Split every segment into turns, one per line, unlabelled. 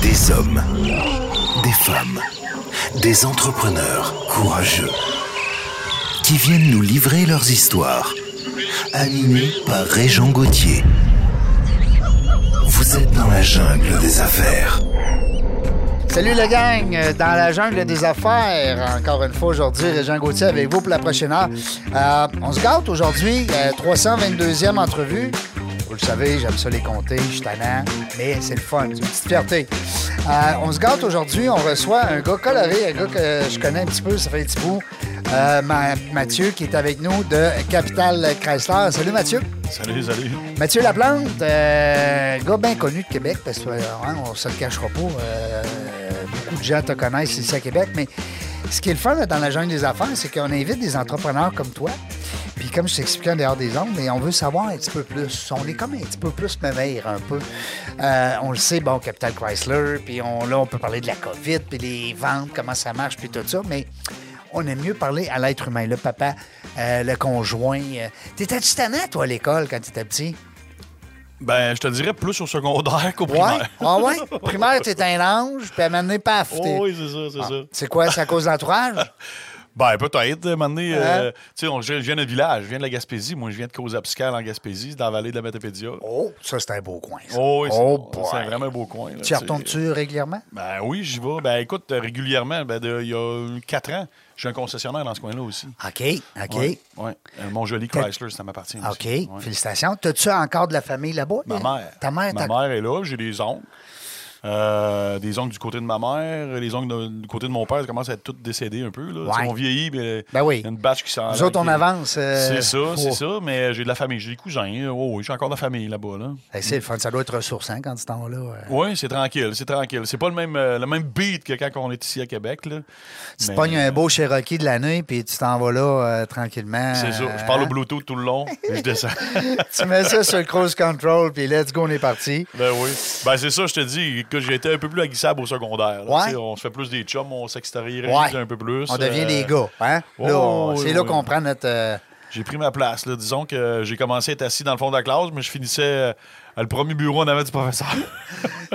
Des hommes, des femmes, des entrepreneurs courageux qui viennent nous livrer leurs histoires, animés par Régent Gauthier. Vous êtes dans la jungle des affaires.
Salut le gang, euh, dans la jungle des affaires. Encore une fois aujourd'hui, Régent Gauthier avec vous pour la prochaine heure. Euh, on se gâte aujourd'hui, euh, 322e entrevue. Vous le savez, j'aime ça les compter, je suis tannant, mais c'est le fun, c'est une petite fierté. Euh, on se gâte aujourd'hui, on reçoit un gars coloré, un gars que je connais un petit peu, ça fait un petit bout. Euh, Ma- Mathieu qui est avec nous de Capital Chrysler. Salut Mathieu.
Salut, salut.
Mathieu Laplante, euh, gars bien connu de Québec, parce que euh, hein, on se le cachera pas. euh, beaucoup de gens te connaissent ici à Québec, mais ce qui est le fun là, dans la jungle des affaires, c'est qu'on invite des entrepreneurs comme toi. Puis comme je t'expliquais en dehors des ondes, mais on veut savoir un petit peu plus. On est comme un petit peu plus mévère un peu. Euh, on le sait, bon, Capital Chrysler, puis on, là, on peut parler de la COVID, puis les ventes, comment ça marche, puis tout ça, mais on aime mieux parler à l'être humain, le papa, euh, le conjoint. euh. T'étais-tu tannant, toi, à l'école, quand t'étais petit?
Ben, je te dirais plus au secondaire qu'au
Ouais?
primaire.
Ah ouais? Primaire, t'étais un ange, puis à un moment donné, paf. t'es- Ah.
Oh, oui, c'est ça, c'est ça.
C'est quoi, c'est à cause de l'entourage?
Ben, peut-être, à un moment donné, euh,
Hein?
tu sais, on- je je viens d'un village, je viens de la Gaspésie. Moi, je viens de Causapscal en Gaspésie, dans la vallée de la Matapédia.
Oh, ça, c'est un beau coin. ça.
Oh, oui, c'est-
oh boy.
c'est vraiment un beau coin. là,
Tu y retournes-tu régulièrement?
Ben oui, j'y vais. Ben écoute, euh, régulièrement, ben, de- il y a quatre ans, j'ai un concessionnaire dans ce coin-là aussi.
OK, OK,
Oui, Mon joli Chrysler, ça m'appartient
OK.
aussi. Ouais.
Félicitations. T'as-tu encore de la famille là-bas?
Ma
là?
mère.
Euh, Ta mère,
Ma
t'as-
mère est là, j'ai des oncles. Euh, des oncles du côté de ma mère, les oncles de- du côté de mon père, ils commencent à être tous décédés un peu. Là.
Ouais.
Tu sais, On vieillit, mais
Ben oui.
il y a une batch qui s'en
Nous autres,
qui-
on avance. euh,
C'est ça,
pour-
c'est ça, mais j'ai de la famille, j'ai des cousins. Oh, oui, j'ai encore de la famille là-bas. Là.
Eh, c'est le fun. Ça doit être ressourçant quand tu t'en vas là. euh.
Oui, c'est tranquille, c'est tranquille. C'est pas le même, euh, le même beat que quand on est ici à Québec. Là.
Tu te
Mais-
pognes un beau Cherokee de l'année, puis tu t'en vas là euh, tranquillement.
C'est ça,
euh,
je parle au Bluetooth tout le long, et je descends.
tu mets ça sur le cruise control, puis let's go, on est parti.
Ben oui. Ben c'est ça, je te dis que j'étais un peu plus aguissable au secondaire. là.
Ouais.
Tu sais, On se fait plus des chums, on s'extériorise
Ouais.
un peu plus.
On devient
euh,
des gars. Hein?
ouais,
Là, on-
ouais,
c'est
ouais,
là
ouais.
qu'on prend notre. euh,
J'ai pris ma place. là. Disons que euh, j'ai commencé à être assis dans le fond de la classe, mais je finissais euh, à le premier bureau en avant du professeur.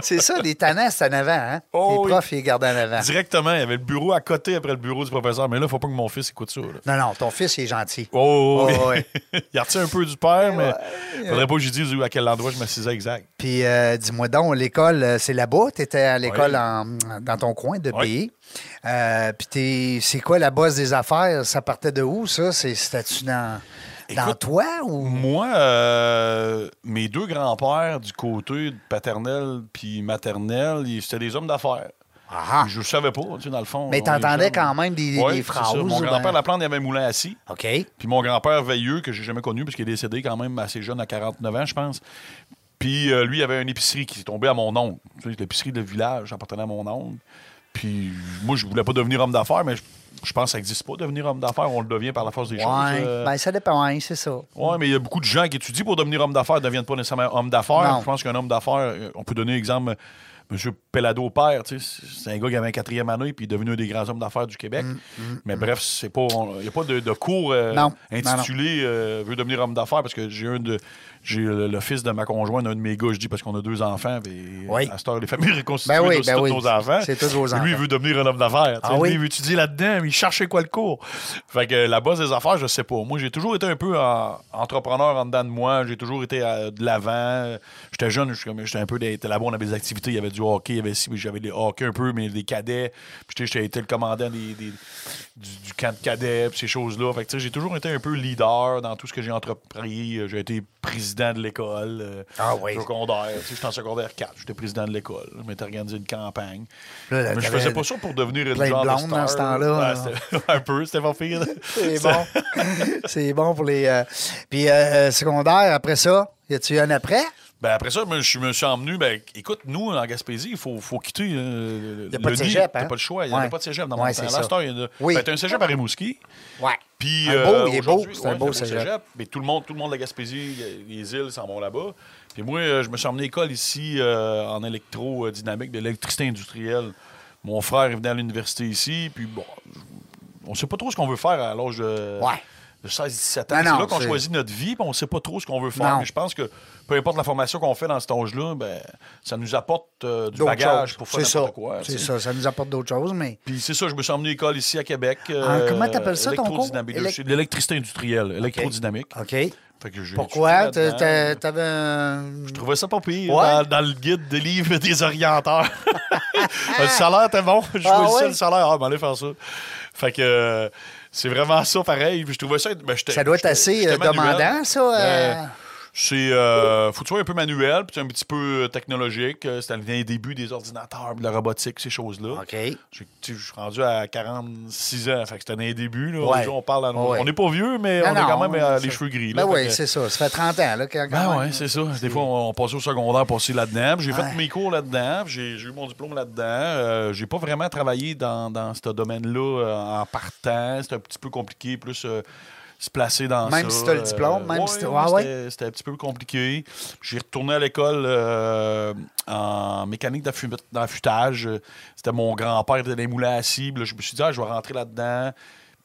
C'est ça, les tannants, c'est en avant. Hein?
Oh,
les
oui.
profs, ils les gardent en avant.
Directement, il y avait le bureau à côté après le bureau du professeur. Mais là, faut pas que mon fils écoute ça. là.
Non, non, ton fils, il est gentil.
Oh,
Oh, Eh
oui. il a retient un peu du père, mais faudrait pas que je dise où- à quel endroit je m'assisais exact.
Puis euh, dis-moi donc, l'école, euh, c'est là-bas? Tu étais à l'école
Oui.
en- dans ton coin de
Oui.
pays. Euh, puis t'es- c'est quoi la bosse des affaires? Ça partait de où, ça? C'est- C'était-tu dans, dans
Écoute, Mm.
toi ou...
Moi, euh, mes deux grands-pères du côté paternel puis maternel, ils- c'était des hommes d'affaires.
Ah,
Je ne savais pas, tu sais, dans le fond.
Mais
on est
t'entendais
jeunes.
quand même des-
Ouais,
des
c'est
phrases,
ça. Mon
ben-
grand-père Laplante, il avait un moulin assis.
OK.
Puis mon grand-père Veilleux, que j'ai jamais connu, parce qu'il est décédé quand même assez jeune, à 49 ans, je pense. Puis euh, lui, il avait une épicerie qui est tombée à mon oncle. Tu sais, L'épicerie de village appartenait à mon oncle. Puis moi, je voulais pas devenir homme d'affaires, mais je, je pense que ça n'existe pas, devenir homme d'affaires. On le devient par la force des
Ouais.
choses. euh.
Ben, ça dépend, hein, c'est ça.
Oui, mais il y a beaucoup de gens qui étudient pour devenir homme d'affaires ne deviennent pas nécessairement homme d'affaires.
Non.
Je pense qu'un homme d'affaires, euh, on peut donner exemple euh, M. Pelado Père, tu sais, c'est un gars qui avait un quatrième année puis il est devenu un des grands hommes d'affaires du Québec. mais bref, c'est pas. on- Il n'y a pas de, de cours euh,
Mm, Non.
intitulé euh, Veux devenir homme d'affaires parce que j'ai un de. J'ai le, le fils de ma conjointe, un de mes gars, je dis parce qu'on a deux enfants, puis
Oui.
à cette heure, les familles reconstituées,
Ben oui,
donc, c'est
ben
tous
oui.
nos enfants.
C'est tous vos
Puis Lui, il
enfants.
veut devenir un homme d'affaires. tu sais.
Ah oui?
Lui, il veut étudier là-dedans, mais il cherchait quoi le cours. Fait que euh, la base des affaires, je sais pas. Moi, j'ai toujours été un peu en- entrepreneur en dedans de moi. J'ai toujours été euh, de l'avant. J'étais jeune, je- j'étais un peu des- t'es là-bas, on avait des activités. Il y avait du hockey, il y avait ci, mais j'avais des hockey un peu, mais des cadets. Puis tu sais, j'étais été le commandant des, des- du, du camp de cadets, puis ces choses-là. Fait que tu sais, j'ai toujours été un peu leader dans tout ce que j'ai entrepris. Euh, J'ai été président de l'école. euh,
Ah oui.
Secondaire. Tu sais, J'étais en secondaire 4. J'étais président de l'école. Je m'étais organisé une campagne.
Là, là,
mais je
t'avais-
faisais pas ça pour devenir une
plein de
genre
blondes dans ce
star.
temps-là.
Ouais, c'était- un peu, c'était pas pire.
C'est bon. c'est bon pour les... euh, Puis euh, euh, secondaire, après ça, y a-tu eu un après?
Ben après ça, ben, je me suis emmené. Ben, écoute, nous, en Gaspésie, il faut, faut quitter. euh, le
Y a pas de
nid.
cégep, hein?
T'as pas le choix. Il n'y
Ouais.
avait pas de cégep dans mon
Ouais,
temps.
c'est
Là,
ça.
à cette heure, il y en a-
Oui.
Ben, t'as un cégep à Rimouski.
Ouais.
Puis,
Un
euh,
beau, il est beau.
aujourd'hui,
C'est
ouais,
un beau cégep.
Mais tout le monde, tout le monde de la Gaspésie, y- les îles s'en vont là-bas. Puis moi, euh, je me suis emmené à l'école ici euh, en électrodynamique, de l'électricité industrielle. Mon frère est venu à l'université ici, puis bon, on sait pas trop ce qu'on veut faire à l'âge de.
Ouais.
de 16-17 ans.
Ben
c'est
non,
là qu'on
c'est-
choisit notre vie, puis on sait pas trop ce qu'on veut faire.
Non.
Mais je pense que peu importe la formation qu'on fait dans cet âge-là, ben, ça nous apporte euh, du
D'autres
bagage
choses.
pour faire
C'est ça.
n'importe quoi. tu
C'est
sais.
ça. Ça nous apporte d'autres choses, mais.
Puis c'est ça, je me suis emmené à l'école ici à Québec.
Ah, comment t'appelles ça, ton cours?
électrodynamique.
Élec-
C'est de L'électricité industrielle, électrodynamique.
OK.
Fait que j'ai
Pourquoi?
étudié
T'as-
là-dedans. euh,
t'as- T'avais un.
Je trouvais ça pas pire
Ouais.
dans, dans le guide des livres des orienteurs. le salaire était bon. Je
Ah
choisissais
ouais?
le salaire. Ah, ben allez faire ça. Fait que euh, c'est vraiment ça pareil. Puis je trouvais ça. ben, j'étais-
Ça doit être
j'étais-
assez euh,
j'étais manuel.
demandant, ça. euh,
Ben, c'est. euh, faut que tu sois un peu manuel, puis un petit peu euh, technologique. Euh, C'était les débuts des ordinateurs, de la robotique, ces choses-là.
OK.
J'ai- tu sais, Je suis rendu à 46 ans. Fait que c'était dans les débuts. Là,
Ouais.
Aujourd'hui, on parle à nos-
Ouais.
On n'est pas vieux, mais
Non,
on a quand
non,
même euh,
c'est
les
ça.
cheveux gris. là.
Ben
Fait
oui,
que-
c'est ça. Ça fait 30 ans, là, quand
ben
quand
ouais,
même.
c'est ça. Des fois, on, on passait au secondaire, passait là-dedans. Puis J'ai
Ouais.
fait mes cours là-dedans, puis j'ai j'ai eu mon diplôme là-dedans. Euh, j'ai pas vraiment travaillé dans, dans ce domaine-là euh, en partant. C'était un petit peu compliqué, plus euh, se placer dans ça.
Même si t'as le diplôme, même
ouais,
si t'as-
ouais,
ah ouais?
c'était- C'était un petit peu compliqué. J'ai retourné à l'école euh, en mécanique d'affu- d'affûtage. C'était mon grand-père qui était moulins à cible. Je me suis dit, ah, je vais rentrer là-dedans.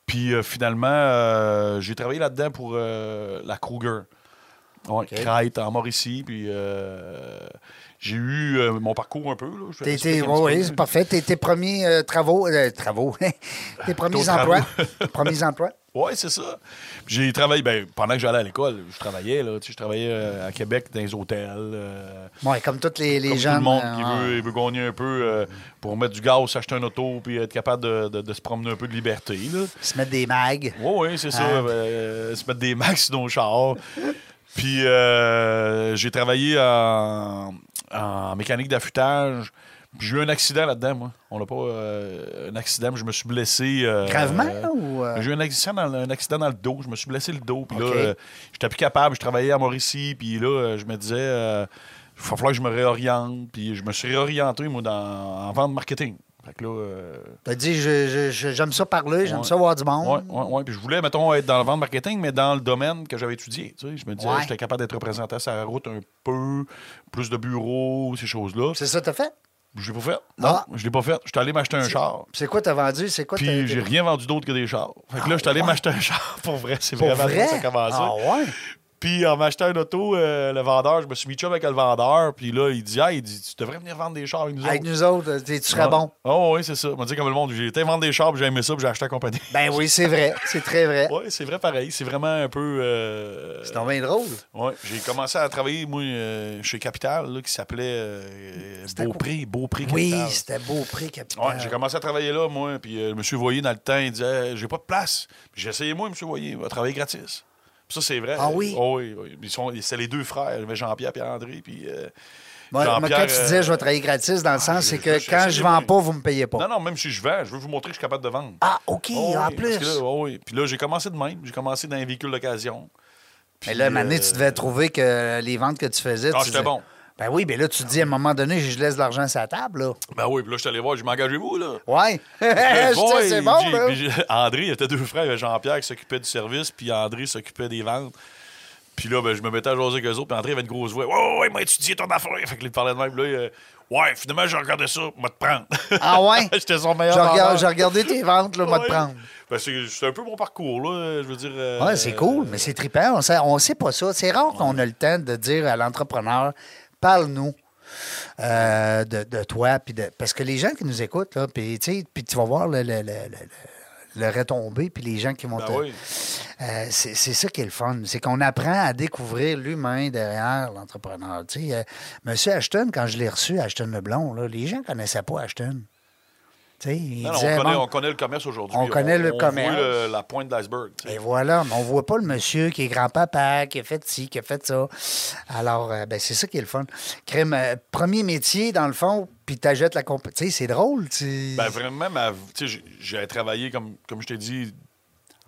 Puis euh, finalement, euh, j'ai travaillé là-dedans pour euh, la Kruger. Ouais, Crête, en Mauricie. Puis euh, j'ai eu euh, mon parcours un peu. Là, Je vais
T'as été-
expliquer
ouais,
un petit
ouais,
peu.
c'est parfait. Tes, tes premiers euh, travaux, euh, travaux, tes premiers
D'autres
emplois,
travaux.
tes premiers emplois.
Oui, c'est ça. J'ai travaillé, ben, pendant que j'allais à l'école, je travaillais, là, tu sais, je travaillais euh, à Québec dans les hôtels. euh,
Ouais, comme tous les, les
comme
jeunes.
tout le monde
euh,
qui
en-
veut, il veut gagner un peu euh, pour mettre du gaz, s'acheter un auto, puis être capable de, de- de se promener un peu de liberté. Là.
se mettre des mags.
Oui, oui, c'est ça.
Ah.
euh, se mettre des max dans nos chars. Puis euh, j'ai travaillé en, en mécanique d'affûtage. Puis J'ai eu un accident là-dedans, moi. On n'a pas euh, un accident, mais je me suis blessé. euh,
Gravement,
euh,
là, ou, euh?
J'ai eu un accident, dans, le- un accident dans le dos. Je me suis blessé le dos. Puis
OK.
là, euh, j'étais plus capable. Je travaillais à Mauricie. Puis là, euh, je me disais, euh, il va falloir que je me réoriente. Puis je me suis réorienté, moi, dans, en vente marketing. Fait que là, euh,
T'as dit, je- je- je- j'aime ça parler, j'aime
Ouais.
ça voir du
oui,
monde.
oui, oui. Puis je voulais, mettons, être dans le vente marketing, mais dans le domaine que j'avais étudié. Tu sais, je me disais,
Ouais.
j'étais capable d'être représentant sur la route un peu, plus de bureaux, ces choses-là.
C'est ça que t'as fait?
Je l'ai pas fait. Non,
Ah.
je l'ai pas fait. Je suis allé m'acheter un char.
C'est quoi t'as vendu? C'est quoi t'as-
Puis j'ai rien vendu d'autre que des chars. Fait que là, je suis allé m'acheter un char pour vrai. C'est
Ah, Pour
vraiment vrai?
vrai?
ça commence.
Ah ouais?
Puis en m'achetant une auto, euh, le vendeur, je me suis mis chum avec le vendeur. Puis là, il dit, ah, il dit, tu devrais venir vendre des chars avec nous
Avec
autres.
nous autres, euh, t'es- tu serais
Ah.
bon.
Oh, oui, c'est ça. On m'a dit comme le monde, j'ai été vendre des chars, puis j'ai aimé ça, puis j'ai acheté la compagnie.
Ben oui, c'est vrai. C'est très vrai.
Oui, c'est vrai pareil. C'est vraiment un peu. euh,
Ben. C'est donc bien drôle.
ouais, j'ai commencé à travailler, moi, euh, chez Capital, là, qui s'appelait euh, Beaupré, Beaupré
Oui,
Capital.
c'était beau prix, capitaine.
Ouais, j'ai commencé à travailler là, moi. Puis euh, le monsieur Voyer, dans le temps, il disait J'ai pas de place. Puis j'ai essayé, moi, monsieur Voyer, il va travailler gratis. Puis ça, c'est vrai.
Ah oui?
Oh, oui, oui. Ils sont, c'est les deux frères, il y avait Jean-Pierre et André. Puis. euh,
Moi, moi,
Jean-Pierre,
quand tu disais
euh,
je vais travailler gratis, dans le sens,
je-
c'est
je-
que
je-
quand
je-
je vends pas, vous me payez pas.
Non, non, même si je vends, je veux vous montrer que je suis capable de vendre.
Ah, OK,
Oh, oui,
en
parce
plus.
que là, oh, oui. Puis là, j'ai commencé de même. J'ai commencé dans un véhicule d'occasion.
Mais
Puis,
là, maintenant,
euh,
tu devais trouver que les ventes que tu faisais.
Ah,
tu
j'étais
disais-
bon.
Ben oui, mais là, tu te dis à un moment donné, je laisse de l'argent sur la table, là.
Ben oui, puis là, je suis allé voir, je m'engagez vous, là.
Ouais.
Ben,
je
ouais,
sais, c'est
il
bon,
dit-
là.
puis j'ai- André, il y avait deux frères, il y avait Jean-Pierre qui s'occupait du service, puis André s'occupait des ventes. Puis là, ben, je me mettais à jaser avec eux autres, puis André avait une grosse voix. Ouais, ouais, ouais, m'a étudié ton affaire. Fait qu'il parlait de même. Là, il, euh, ouais, finalement, j'ai regardé ça, m'a te prendre.
Ah ouais?
J'étais son
J'ai
meilleur.
regard-
vendeur.
j'ai regardé tes ventes, là, moi,
Ouais.
de prendre.
Ben, c'est c'est un peu mon parcours, là. Je veux dire. euh,
Ouais, c'est cool, mais c'est trippant. On sait, on sait pas ça. C'est rare qu'on a le temps de dire à l'entrepreneur, parle-nous euh, de, de toi. puis de- Parce que les gens qui nous écoutent, là, puis tu sais, puis tu vas voir le, le, le- le- le retombé, puis les gens qui vont
Ben
te-
oui.
Euh, c'est c'est ça qui est le fun. C'est qu'on apprend à découvrir l'humain derrière l'entrepreneur. Tu sais, euh, Monsieur Ashton, quand je l'ai reçu, Ashton Leblon, là, les gens ne connaissaient pas Ashton. Tu sais, il
Non, non, on,
disait,
connaît,
bon,
on connaît le commerce aujourd'hui.
On connaît le
voit
commerce. Ben
le- la pointe de l'iceberg. tu sais.
Et voilà, mais on voit pas le monsieur qui est grand-papa, qui a fait ci, qui a fait ça. Alors, euh, ben, c'est ça qui est le fun. Crème, euh, premier métier, dans le fond, puis t'ajoutes la compétence. Tu sais, c'est drôle. tu-
Ben, vraiment, ma- tu sais, j'ai- j'ai travaillé, comme, comme je t'ai dit,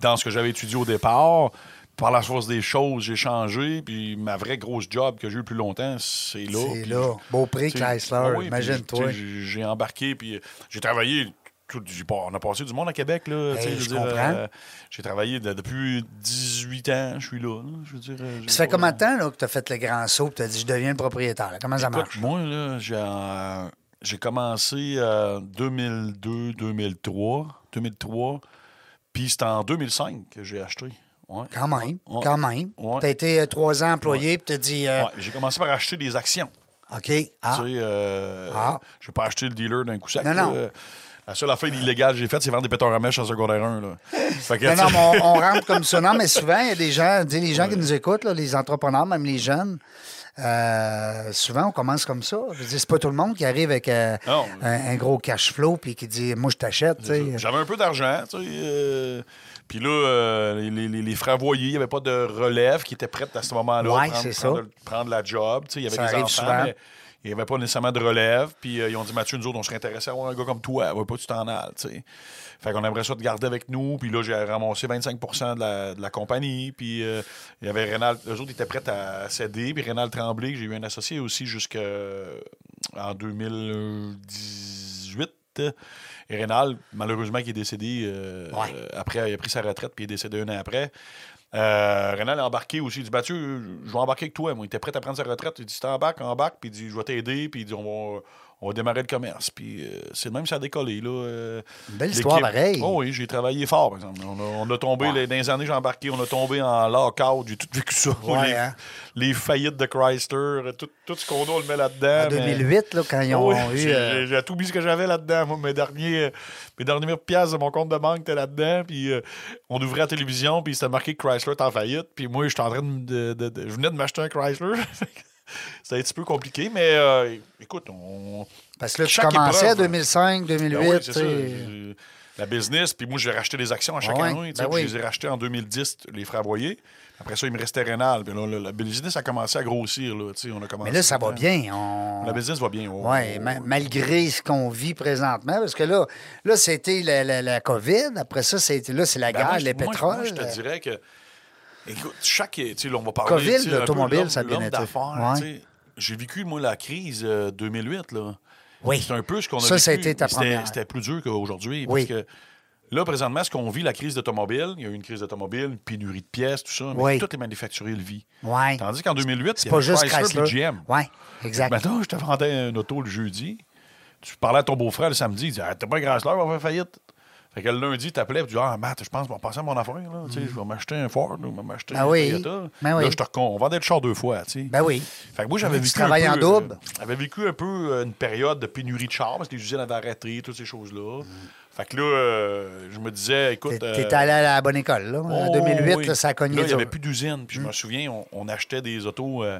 dans ce que j'avais étudié au départ. Par la force des choses, j'ai changé. Puis ma vraie grosse job que j'ai eu le plus longtemps, c'est là.
C'est
Puis
là.
je-
Beaupré,
tu sais,
Chrysler,
ah oui, puis
imagine-toi.
tu sais, J'ai j'ai embarqué, puis euh, j'ai travaillé. tout- j'ai pas- on a passé du monde à Québec, là. tu sais,
Hey,
veux
Ben, je
dire, euh,
comprends.
j'ai travaillé de- depuis 18 ans, je suis là. là, je veux dire, euh, j'ai
Puis ça fait
pas-
combien de temps là, que t'as fait le grand saut, puis t'as dit, je deviens le propriétaire? là? Comment ça
Écoute,
marche?
moi, là, j'ai, euh, j'ai commencé euh, en 2002, 2003, 2003. Puis c'est en 2005 que j'ai acheté Ouais.
Quand même,
Ouais.
quand même.
Ouais.
Tu as été euh, trois ans employé, puis tu as dit, euh,
Ouais, j'ai commencé par acheter des actions.
OK, ah,
Tu sais, euh,
Ah.
j'ai pas acheté le dealer d'un coup sec.
Non, non.
là. La seule affaire illégale que j'ai faite, c'est vendre des pétards à mèche en secondaire 1. Là. Fait que,
Non,
tu sais,
non, mais on, on rentre comme ça. Non, mais souvent, il y a des gens, tu sais, les gens qui nous écoutent, là, les entrepreneurs, même les jeunes, euh, souvent, on commence comme ça. Je veux dire, C'est pas tout le monde qui arrive avec euh,
Non.
un, un gros cash flow puis qui dit Moi, je t'achète. tu sais.
J'avais un peu d'argent, tu sais. euh, Puis là, euh, les, les, les fravoyers, il n'y avait pas de relève qui était prête à ce moment-là.
Ouais,
prendre,
c'est ça.
prendre, prendre la job, tu sais. Il y avait
Ça
des
arrive
enfants,
souvent.
mais il n'y avait pas nécessairement de relève. Puis euh, ils ont dit, Mathieu, nous autres, on serait intéressés à avoir un gars comme toi. Ouais, pas que tu t'en ailles, tu sais. Fait qu'on aimerait ça te garder avec nous. Puis là, j'ai ramassé 25 de la, de la compagnie. Puis euh, il y avait Rénal... Eux autres, ils étaient prêts à céder. Puis Rénal Tremblay, que j'ai eu un associé aussi euh, jusqu'en 2018. Et Rénal, malheureusement, qui est décédé euh,
Ouais.
euh, après, il a pris sa retraite, puis il est décédé un an après. Euh, Rénal a embarqué aussi. Il dit Mathieu, je vais embarquer avec toi. Moi, il était prêt à prendre sa retraite. Il dit Si t'embarques, embarque. Puis il dit Je vais t'aider. Puis il dit On va, on va démarrer le commerce. Puis euh, c'est le même, ça a décollé. Là, euh,
Une belle histoire,
l'équipe-
pareil.
Oh oui, j'ai travaillé fort, par exemple. On a, on a tombé,
Ouais.
les- dans les années, j'ai embarqué, on a tombé en lockout. J'ai tout vécu ça.
Ouais,
les,
hein.
les faillites de Chrysler, tout, tout ce qu'on a, on le met là-dedans.
En
mais-
2008, là, quand ils ont
oui,
eu.
j'ai-
euh,
j'ai- J'ai tout mis ce que j'avais là-dedans. Moi, mes, derniers, euh, mes dernières pièces de mon compte de banque étaient là-dedans. Puis euh, on ouvrait la télévision, puis c'était marqué Chrysler est en faillite. Puis moi, j'étais en train de, me- de- de- de- Je venais de m'acheter un Chrysler. C'était un petit peu compliqué, mais euh, écoute, on.
parce que là, tu
chaque
commençais en
épreuve, hein.
2005, 2008.
Ben oui,
tu
c'est ça.
sais.
J'ai- La business, puis moi, j'ai racheté des actions à chaque
Ouais,
année. tu
ben
sais, puis
oui.
Je les ai rachetées en 2010, les fravoyés. Après ça, il me restait Rénal. Puis là, la, la business a commencé à grossir. Là, tu sais, on a commencé
Mais là, ça va bien. hein.
La
On...
business va bien. oh.
Oui, malgré ce qu'on vit présentement, parce que là, là c'était la, la- la COVID, après ça, c'était là, c'est la
Ben,
guerre,
moi, je-
les
moi, je-
pétroles.
Moi, je te dirais que. Écoute, chaque. Tu sais, là, on va parler.
Covid,
tu sais, un peu
l'automobile,
l'homme-
ça a bien
l'homme
été.
d'affaires,
Ouais.
tu sais. J'ai vécu, moi, la crise euh, 2008. Là.
Oui.
C'est un peu ce qu'on a
Ça,
vécu.
ça a été ta
mais c'était-
première.
C'était plus dur qu'aujourd'hui.
Oui.
Parce que là, présentement, ce qu'on vit, la crise d'automobile, il y a eu une crise d'automobile, une pénurie de pièces, tout ça. Mais
Oui.
toutes les manufacturiers le vivent.
Ouais.
Tandis qu'en 2008, c'est
Pas juste
Chrysler
Chrysler.
et GM.
Oui, exact.
Maintenant, je te vendais un auto le jeudi. Tu parlais à ton beau-frère le samedi. Il disait Ah, T'as pas un grand cheleur, on va faire faillite. Fait que le lundi, t'appelais et tu disais Ah, Matt, je pense qu'on va passer à mon affaire. Là. Tu sais, Je vais m'acheter un Ford, là, je vais m'acheter
Mm. Ben
un
oui.
Toyota.
Ben
Là,
oui.
je te recon- On vendait le char deux fois. tu sais.
Ben oui.
Fait que moi, j'avais
Tu
vécu.
travailles
un
en
peu,
double.
euh, J'avais vécu un peu euh, une période de pénurie de char parce que les usines avaient arrêté, toutes ces choses-là. Fait que là, euh, je me disais Écoute.
Mm. T'es t'es
euh,
allé à la bonne école, là. en
Oh,
2008,
oui.
là, ça a cogné.
Là, il n'y
dur. Hmm.
avait plus d'usine. Puis je me souviens, on, on achetait des autos, euh,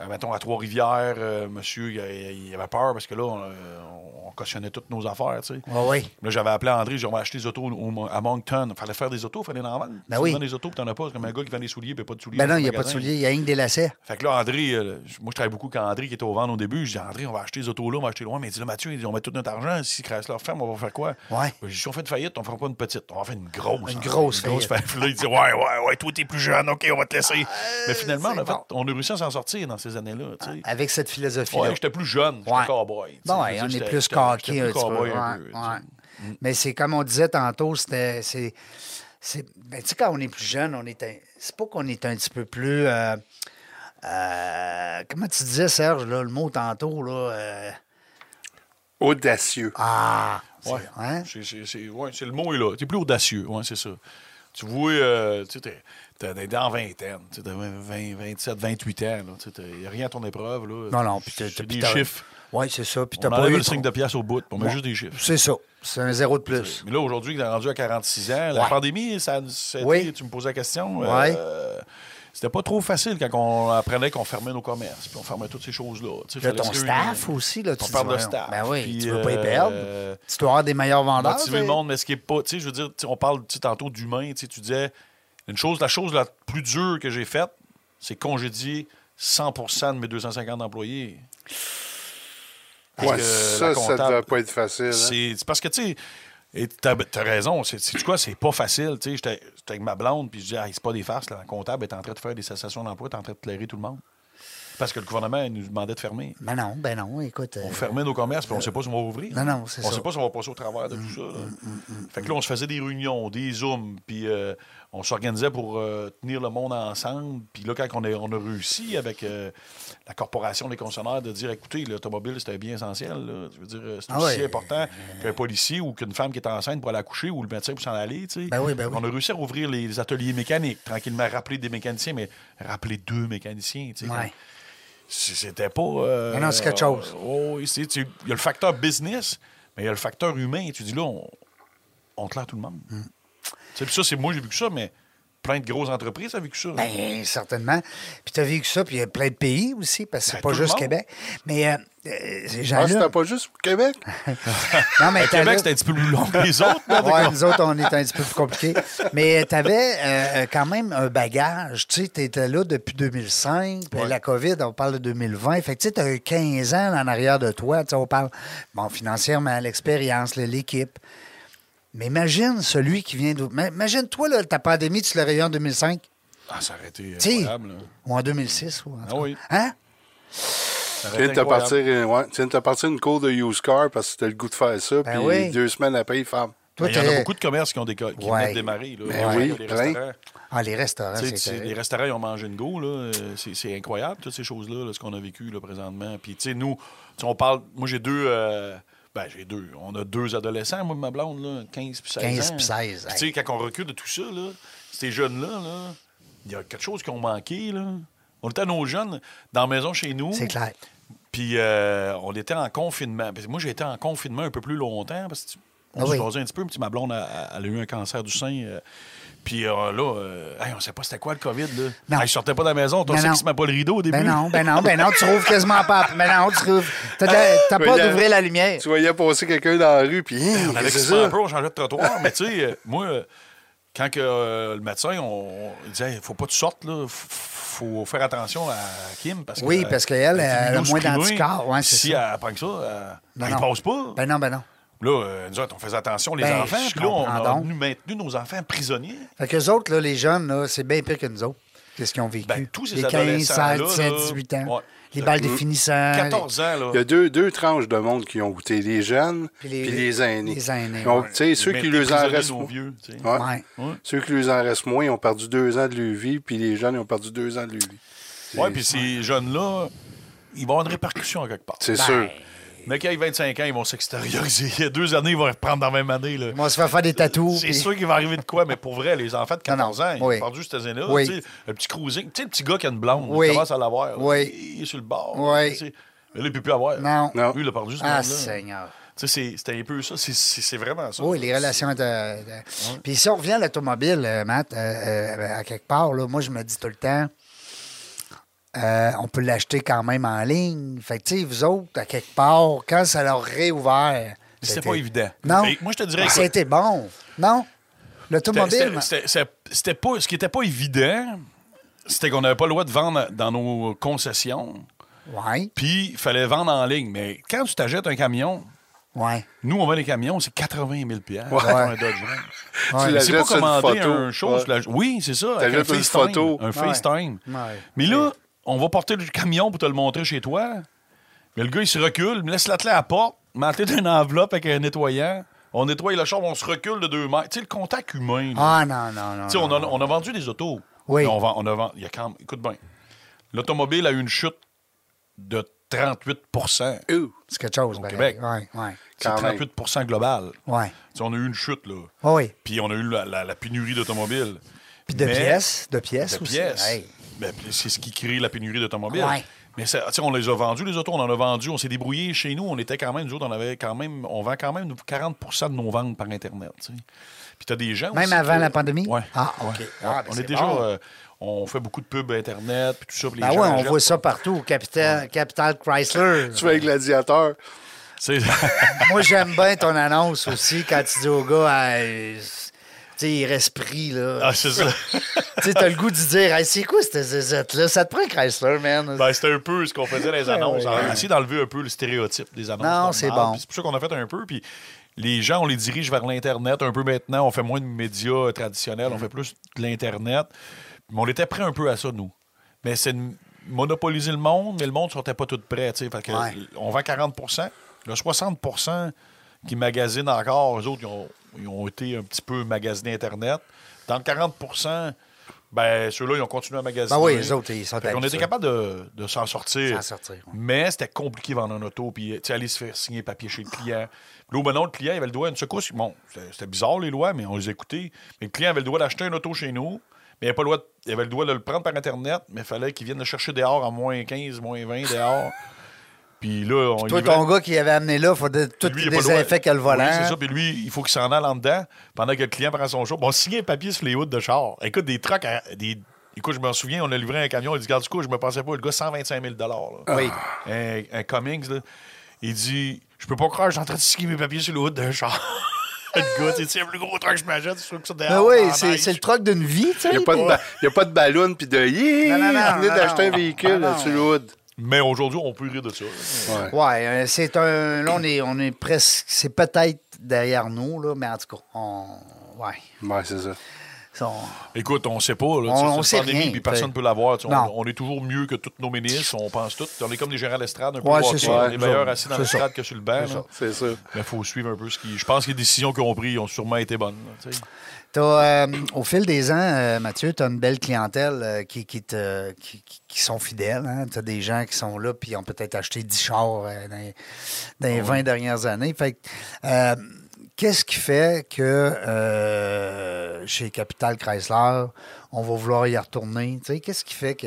euh, mettons, à Trois-Rivières. euh, monsieur, il, a- il avait peur parce que là, on, euh, on cautionnait toutes nos affaires, tu sais.
Ouais, oui.
Là, j'avais appelé André, j'ai dit, on va acheter des autos au- à Moncton. Il fallait faire des autos, il fallait en vendre.
Ben
Si
oui.
tu vends des autos, puis t'en as pas. C'est comme un gars qui vend des souliers, puis pas de souliers.
Ben
dans
non,
son
il n'y a pas de
magasin.
souliers, il y a rien que des lacets.
Fait que là, André, euh, moi, je travaille beaucoup quand André qui était au ventre au début. Je dis, André, on va acheter des autos là, on va acheter loin. Mais il dit, là, Mathieu, il dit, on met tout notre argent. Si Chrysler ferme, on va faire quoi?
Ouais.
Je dis, si on fait une faillite, on fera pas une petite. On va faire une grosse.
Une
hein.
grosse faillite. Ah,
faillite. Là, il dit, ouais, ouais, ouais, toi, t'es plus jeune. OK, on va te laisser. Mais finalement, on
c'est
a, fait-
bon. Ah,
on a réussi à s'en sortir dans ces années-là. tu sais.
Avec cette philosophie-là.
Ouais, j'étais plus jeune. J'étais
Ouais.
cowboy. tu sais.
Bon, ouais,
Je veux
on
dire,
est
j'étais-
plus
j'étais-
coqués
j'étais
un
plus
petit peu.
cowboy
ouais,
un peu, tu sais. Mm.
ouais. Mais c'est comme on disait tantôt, c'était- c'est. c'est- ben, tu sais, quand on est plus jeune, on est. un- C'est pas qu'on est un petit peu plus. euh, euh, comment tu disais, Serge, là, le mot tantôt, là. euh,
Audacieux.
ah! c'est-
Ouais.
hein?
C'est- c'est- c'est- ouais, c'est le mot est là. T'es plus audacieux, ouais, c'est ça. Tu vois, euh, tu sais, t'es- t'es t'es dans vingtaine, tu sais, t'as 20, 20, 27, 28 ans, là, tu sais, il n'y a rien à ton épreuve. Là.
Non, non, puis t'as-
C'est
t'as-
des
t'as-
chiffres.
Oui, c'est ça. Puis
On
t'as pas
enlève
eu
le signe
trop-
de pièce au bout, puis on met juste des chiffres.
C'est ça. C'est un zéro de plus.
Mais là, aujourd'hui, il est rendu à 46 ans. La
Ouais.
pandémie, ça, ça a
Oui.
été- tu me posais la question.
Ouais.
euh, c'était pas trop facile quand on apprenait qu'on fermait nos commerces, puis on fermait toutes ces choses-là. tu sais,
Là,
fallait
ton
se
staff
réunir.
aussi, là, tu
On
dis,
parle de
voyons,
staff,
Ben oui,
puis,
tu veux pas y
euh,
perdre. tu dois avoir des meilleurs
Ah,
vendeurs.
motiver le
t'sais.
monde, mais ce qui est pas, tu sais, je veux dire, tu sais, on parle tu sais, tantôt d'humain, tu sais, tu disais, une chose, la chose la plus dure que j'ai faite, c'est congédier 100 de mes 250 employés.
Ouais,
que
ça,
la
ça
comptable-
devait pas être facile. hein.
C'est c'est parce que, tu sais, et t'as as raison, c'est c'est- tu quoi, c'est pas facile, tu sais, j'étais j'étais avec ma blonde, puis je dis, ah, c'est pas des farces, là, la comptable est en train de faire des cessations d'emploi, est en train de clairer tout le monde. Parce que le gouvernement il nous demandait de fermer.
Mais non, ben non, écoute. euh,
On fermait nos commerces, puis on ne sait pas si on va ouvrir.
Non, non, c'est
On
ça. Mm,
ne sait pas si on va passer au travers de tout ça. là. fait que là, on se faisait des réunions, des Zooms, puis euh, on s'organisait pour euh, tenir le monde ensemble. Puis là, quand on, est- on a réussi avec euh, la Corporation des consommateurs de dire écoutez, l'automobile, c'était bien essentiel. là. Je veux dire, euh, c'est
Ah
aussi
ouais.
important qu'un policier ou qu'une femme qui est enceinte pour aller accoucher ou le médecin pour s'en aller. tu sais.
Ben oui, ben oui.
On a réussi à rouvrir les ateliers mécaniques, tranquillement, rappeler des mécaniciens, mais rappeler deux mécaniciens. tu sais,
Ouais.
C- C'était pas. euh,
Non, non, c'est quelque chose.
euh, oui, c'est- tu- il y a le facteur business, mais il y a le facteur humain. Tu dis là, on, on claire tout le monde.
Hmm.
Tu sais, puis ça, c'est moi, j'ai vécu ça, mais plein de grosses entreprises ont vécu ça.
Ben, certainement. Puis tu as vécu ça, puis il y a plein de pays aussi, parce que c'est
Ben,
pas
tout le
juste
monde.
Québec. Mais euh, euh, ces
Ah,
gens-là.
c'était pas juste au Québec?
non, mais
À
t'as là-
Québec, c'était un petit peu plus long que les autres. mais-
Ah Ouais, nous autres, on est un petit peu plus compliqués. Mais tu avais quand même un bagage. Tu sais, tu étais là depuis 2005. puis
Ouais.
La COVID, on parle de 2020. Fait que tu sais, tu as 15 ans en arrière de toi. Tu sais, on parle, bon, financièrement, l'expérience, le- l'équipe. Mais imagine celui qui vient d'où. ma- Imagine-toi, là, ta pandémie, tu l'aurais eu en 2005
Ah, ça aurait été
Tu sais,
incroyable. là.
ou en 2006. Ou en tout
Ah
cas.
oui.
Hein?
Ça aurait
Tu viens de
été
te
incroyable.
partir, euh, ouais, tu viens de te partir une cour de used car parce que t'as le goût de faire ça,
Ben
puis
oui.
deux semaines après, il ferme.
Toi,
Mais Il y en a
t'es-
beaucoup de commerces qui ont des co- qui
Ouais.
venaient de démarrer. là.
Ben
Ouais,
oui,
les
plein.
restaurants.
Ah, les restaurants,
Tu sais,
c'est
tu sais,
terrible.
les restaurants, ils ont mangé une go. là. Euh, C'est c'est incroyable, toutes ces choses-là, là, ce qu'on a vécu là, présentement. Puis, tu sais, nous, tu sais, on parle. Moi, j'ai deux. euh, ben, j'ai deux. On a deux adolescents, moi et ma blonde, là, 15 puis 16.
15
ans.
puis 16,
Puis, Tu sais, quand on recule de tout ça, là, ces jeunes-là, là, il y a quelque chose qui ont manqué. Là. On était à nos jeunes dans la maison chez nous.
C'est clair.
Puis euh, on était en confinement. Puis moi, j'ai été en confinement un peu plus longtemps parce que tu- on
Ah
se
oui.
jasait un petit peu. Puis ma blonde, elle, elle a eu un cancer du sein. euh, puis euh, là, euh, hey, on ne sait pas c'était quoi le COVID. Là.
Non.
Hey, je sortais pas de la maison. Toi,
Ben
on sait
non.
qu'il se met pas le rideau au début.
Ben non, ben non, ben non, tu rouvres quasiment pas. Ben non, tu rouvres. T'as de
Ah!
la- t'as pas
Mais là,
d'ouvrir la lumière.
Tu voyais passer quelqu'un dans la rue, puis
Ben, On avait
c'est
quasiment un
ça.
peu, on changeait de trottoir. mais tu sais, euh, moi, euh, quand que, euh, le médecin, on, il disait, faut pas que tu sortes, là. F- faut faire attention à Kim. Parce que,
Oui, parce qu'elle,
est
elle a moins
immunosupprimée.
d'anticorps, ouais, c'est
si
ça.
elle prend que ça, euh,
Non,
elle
non.
ne passe pas.
Ben non, ben non.
Là, euh, nous autres, on faisait attention, les
Ben,
enfants.
je
Puis là, on a
comprends donc.
nu- maintenu nos enfants prisonniers.
Fait qu'eux autres, là, les jeunes, là, c'est bien pire que nous autres. Qu'est-ce qu'ils ont vécu?
Ben, tous ces
les 15, 16,
adolescents-là,
17,
là,
18 ans.
ouais.
Les
Euh,
balles définissantes.
14 ans, là.
Il y a deux, deux tranches de monde qui ont goûté, les jeunes
Puis
puis
les-
les, aînés.
les aînés,
Donc,
ouais.
tu sais, ceux
Mais t'es
qui les Ah, en
prisonnier de
restent
nos
moins.
vieux, tu sais.
Ouais.
Ouais.
Ouais.
Ceux qui les en restent moins ils ont perdu deux ans de leur vie, puis les jeunes ils ont perdu deux ans de leur vie.
Oui, puis ces jeunes-là, ils vont avoir une répercussion à quelque part.
C'est
Ben,
sûr.
Mais quand ils ont 25 ans, ils vont s'extérioriser. Il y a deux années, ils vont reprendre dans la même année. Là.
Ils vont Ben, se faire faire des tatous.
C'est
puis-
sûr qu'il va arriver de quoi, mais pour vrai, les enfants de 14
Non, non.
ans, ils
Oui.
ont perdu cette année-là.
Oui.
tu sais, Le petit cruising. Tu sais, le petit gars qui a une blonde,
Oui.
il commence à l'avoir. là.
Oui.
Il est sur le bord.
Oui.
tu sais. Mais là, il ne peut plus avoir.
Non.
Non.
Lui, il a perdu ce
Ah,
monde-là.
Seigneur.
Tu sais, c'est- c'était un peu ça. C'est- C'est c'est vraiment ça.
Oui, les relations. De, de- Puis si on revient à l'automobile, euh, Matt, euh, euh, à quelque part, là, moi, je me dis tout le temps, euh, on peut l'acheter quand même en ligne. Fait que, tu sais, vous autres, à quelque part, quand ça leur réouvert.
C'était
c'était-
pas évident.
Non.
Mais moi, je te dirais que-
C'était bon. Non? L'automobile.
C'était- c'était- C'était c'était pas. Ce qui n'était pas évident, c'était qu'on n'avait pas le droit de vendre dans nos concessions.
Oui,
Puis, il fallait vendre en ligne. Mais quand tu t'achètes un camion,
oui.
nous, on vend les camions, c'est 80 000 pour un Dodge
Ouais.
Ram.
Tu
Mais C'est pas
l'achètes sur une
commander
photo.
un chose.
Ouais.
tu l'ach- Oui, c'est ça. avec
T'achètes
un
une
FaceTime,
photo.
Un FaceTime.
Ouais.
Mais là, on va porter le camion pour te le montrer chez toi. Mais le gars, il se recule, il me laisse l'atteler à la porte, m'entête d'une enveloppe avec un nettoyant. On nettoie la chambre, on se recule de deux mètres. Tu sais, le contact humain. là.
Ah, non, non, non.
Tu sais, on,
non.
a, on a vendu des autos.
Oui.
Mais On, vend- on a vendu. Il y a quand même- écoute bien. L'automobile a eu une chute de 38 C'est
Ouh,
C'est quelque chose. Au
Québec.
Oui, oui.
Quand même.
38 global.
Oui.
Tu sais, on a eu une chute, là.
Ah Oui.
Puis on a eu la, la- la pénurie d'automobiles.
Puis de
Mais-
pièces. De pièces
De
aussi.
pièces.
Hey.
Ben, puis c'est ce qui crée la pénurie d'automobiles.
Ouais.
Mais ça, tu sais, on les a vendus, les autos, on en a vendu, on s'est débrouillé chez nous, on était quand même, nous autres, on avait quand même, on vend quand même 40 de nos ventes par Internet. tu sais. Puis t'as des gens
Même
aussi
avant
que-
la pandémie?
Ouais.
Ah, OK. Ah, ben,
on
c'est
est déjà.
bon.
euh, on fait beaucoup de pubs Internet, puis tout ça. puis les
Ben oui,
gens
on
achètent.
voit ça partout. au Capital, Capital Chrysler.
Tu vas être gladiateur.
C'est-
Moi, j'aime bien ton annonce aussi quand tu dis au gars, Hey, c'est- tu sais, il reste pris, là.
ah, c'est ça.
tu sais, t'as le goût de dire, Hey, c'est quoi cette zézette-là? Ça te prend un Chrysler, man.
Ben, c'était un peu ce qu'on faisait dans les annonces.
ouais.
On a essayé d'enlever un peu le stéréotype des annonces.
Ben Non,
normales.
c'est bon.
Puis C'est pour ça qu'on a fait un peu. Puis les gens, on les dirige vers l'Internet un peu maintenant. On fait moins de médias
Mm.
euh, traditionnels. On fait plus de l'Internet. Mais on était prêts un peu à ça, nous. Mais c'est une- monopoliser le monde, mais le monde ne sortait pas tout prêt. tu sais. Fait que,
Ouais.
On vend 40 Le 60 qui magasinent encore, eux autres, ils ont, ils ont été un petit peu magasinés Internet. Dans le 40 ben, ceux-là, ils ont continué à magasiner.
Ben oui, les autres, ils sont
On était
habitués.
capable de, de s'en sortir.
S'en sortir, ouais.
Mais c'était compliqué de vendre en auto, puis tu sais, aller se faire signer papier chez le client. Puis Là, ben non, le client il avait le droit à une secousse. Bon, c'était c'était bizarre les lois, mais on les écoutait. Mais le client avait le droit d'acheter un auto chez nous, mais il avait, pas le droit de- il avait le droit de le prendre par Internet, mais il fallait qu'il vienne le chercher dehors à moins 15, moins 20 dehors. Puis là, on lui
Toi, ton gars qui avait amené là, il faut de- tout
lui, il a pas le droit.
désinfecter le volant.
Oui, c'est ça. Puis lui, il faut qu'il s'en aille en dedans pendant que le client prend son show. Bon, signer un papier sur les routes de char. Écoute, des trucks. à- des... Écoute, je m'en souviens, on a livré un camion. Il dit Garde du coup, je me pensais pas. Le gars, 125 000 là.
Oui.
Un, un Cummings, là. Il dit Je peux pas croire, que j'ai en train de signer mes papiers sur les routes d'un char. le gars, tu sais, c'est le plus gros truck que je m'achète. C'est sûr que ça
Mais
dehors.
Ben oui,
dans
c'est
la
c'est le
neige.
truc d'une vie, tu sais.
Il n'y a, pas de ba- y a pas de ballon puis de yeah,
Non, non, non,
on venait
non,
d'acheter un
non.
véhicule
Non, non.
sur le hood.
Mais aujourd'hui, on peut rire de ça. là.
Ouais.
Ouais, euh, c'est un. Là, on est, on est presque. C'est peut-être derrière nous, là, mais en tout cas, on. Ouais.
Ouais, c'est ça.
Ça, on-
Écoute, on sait pas. Là, tu sais,
On-
c'est
on
une
sait
pandémie,
rien,
puis personne
t'sais.
ne peut l'avoir. tu sais,
Non.
On, on est toujours mieux que tous nos ministres. On pense tout. On est comme des gérants d'estrade. Un peu
Ouais, c'est
hockey,
ça.
On
Ouais,
est meilleurs
ça.
assis dans
C'est ça.
l'estrade que sur le banc. là.
C'est ça.
Mais il faut suivre un peu ce qui. Je pense que les décisions qu'ils ont prises ont sûrement été bonnes. là, tu sais.
T'as, euh, au fil des ans, euh, Mathieu, tu as une belle clientèle euh, qui, qui, te, qui, qui- qui sont fidèles. Tu as des gens qui sont là puis ils ont peut-être acheté 10 chars euh, dans les, dans
Ah
les 20 dernières années. Fait que, euh, Qu'est-ce qui fait que euh, chez Capital Chrysler, on va vouloir y retourner? Tu sais, Qu'est-ce qui fait que.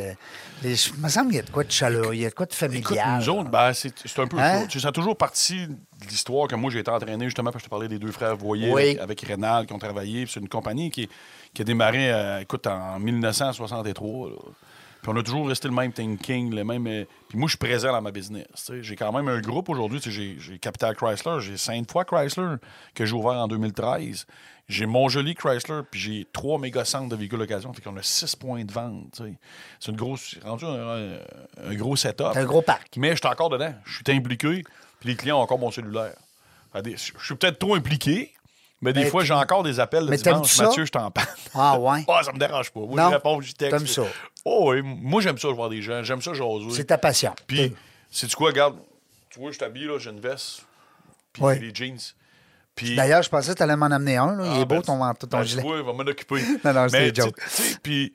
Les, il me semble qu'il y a de quoi de chaleureux, il y a de quoi de
Écoute,
familial.
nous autres, ben, c'est c'est un peu
Hein?
ça. Tu sais, ça a toujours parti de l'histoire que moi, j'ai été entraîné justement, parce que je te parlais des deux frères Voyer
Oui.
avec, avec Rénal qui ont travaillé. Puis C'est une compagnie qui, qui a démarré, euh, écoute, en 1963. là. Puis on a toujours resté le même thinking, le même... euh, puis moi, je suis présent dans ma business. tu sais. J'ai quand même un groupe aujourd'hui. tu sais, J'ai j'ai Capital Chrysler, j'ai cinq fois Chrysler que j'ai ouvert en 2013. J'ai Montjoli Chrysler, puis j'ai trois méga centres de véhicules d'occasion. Fait qu'on a six points de vente. tu sais. C'est une grosse... c'est rendu un, un- un gros setup.
C'est un gros parc.
Mais je suis encore dedans. Je suis impliqué, puis les clients ont encore mon cellulaire. Fait des- Je je suis peut-être trop impliqué, mais des
Mais
fois, j'ai encore des appels le
mais t'aimes-tu
dimanche.
ça?
Mathieu, je t'en parle.
Ah, ouais.
Ah, ça me dérange pas. Moi,
Non.
je réponds, j'y texte.
T'aimes ça.
Oh, oui. Moi, j'aime ça, je vois des gens. J'aime ça, j'ose.
C'est ta passion.
Puis, c'est du quoi, regarde, tu vois, je t'habille, là, j'ai une veste, puis
Ouais.
j'ai des jeans. Puis,
D'ailleurs, je pensais que tu allais m'en amener un. là. Il
ah,
est beau
ben,
ton, ton
ben, tu
gilet.
vois, il va m'en occuper.
Non, non, c'est
Mais,
des jokes.
tu sais, Puis,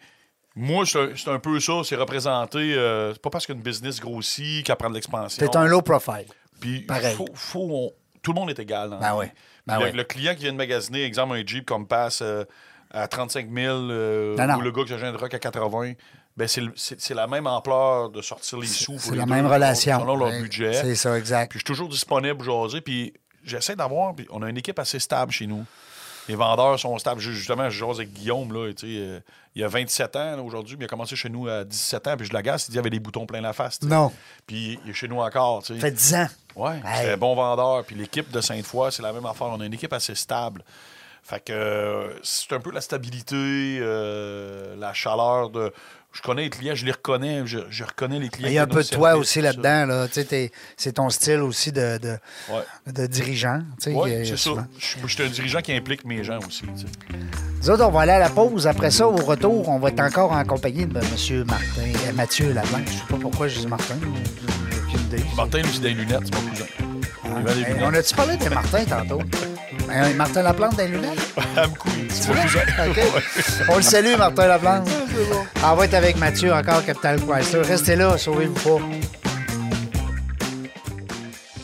moi, c'est un- c'est un peu ça, c'est représenté. euh, c'est pas parce qu'une business grossit qu'elle prend de l'expansion.
C'est un low profile.
Puis
Pareil.
faut, faut- on- tout le monde est égal. hein.
Ben oui. Ben
le,
oui.
le client qui vient de magasiner, exemple, un Jeep Compass euh, à 35 000 euh,
Non, non.
ou le gars qui achète un rock à 80 ben c'est le- c'est c'est la même ampleur de sortir les sous pour
C'est
les
la
deux,
même
selon-
relation.
Selon leur
Ben,
budget.
C'est ça, exact.
Puis je suis toujours disponible pour jaser. Puis j'essaie d'avoir. Puis on a une équipe assez stable chez nous. Les vendeurs sont stables. Ju- Justement, je jase avec Guillaume, là, tu sais, euh, il a 27 ans là, aujourd'hui, mais il a commencé chez nous à 17 ans, puis je l'agace, il dit qu'il avait des boutons plein la face. tu sais.
Non.
Puis il est chez nous encore. tu sais.
Ça fait 10 ans.
Oui,
Hey.
c'est un bon vendeur. Puis l'équipe de Sainte-Foy, c'est la même affaire. On a une équipe assez stable. Fait que euh, c'est un peu la stabilité, euh, la chaleur de. Je connais les clients, je les reconnais, je, je reconnais les clients.
Il y a un
qui
peu de
nous
toi
servent,
aussi
tout
là-dedans. Là. Tu sais, t'es- C'est ton style aussi de, de,
ça. Ouais.
de dirigeant. tu sais,
Ouais,
il y a-
c'est ça.
souvent.
Je suis- je suis un dirigeant qui implique mes gens aussi. tu sais.
Nous autres, on va aller à la pause. Après ça, au retour, on va être encore en compagnie de M. Martin, euh, Mathieu Leblanc. Je ne sais pas pourquoi je dis Martin. j'ai Aucune idée.
Martin, lui, c'est des lunettes, c'est mon cousin. Il vend des
Ah. Hey,
lunettes.
on a-tu parlé de Martin tantôt? Hein, Martin Laplante des lunettes?
Ah, me couille, c'est mon
Ouais,
cousin.
OK. On le salue, Martin Laplante. On va être avec Mathieu encore, Capital Chrysler. Restez là, sauvez-vous pas.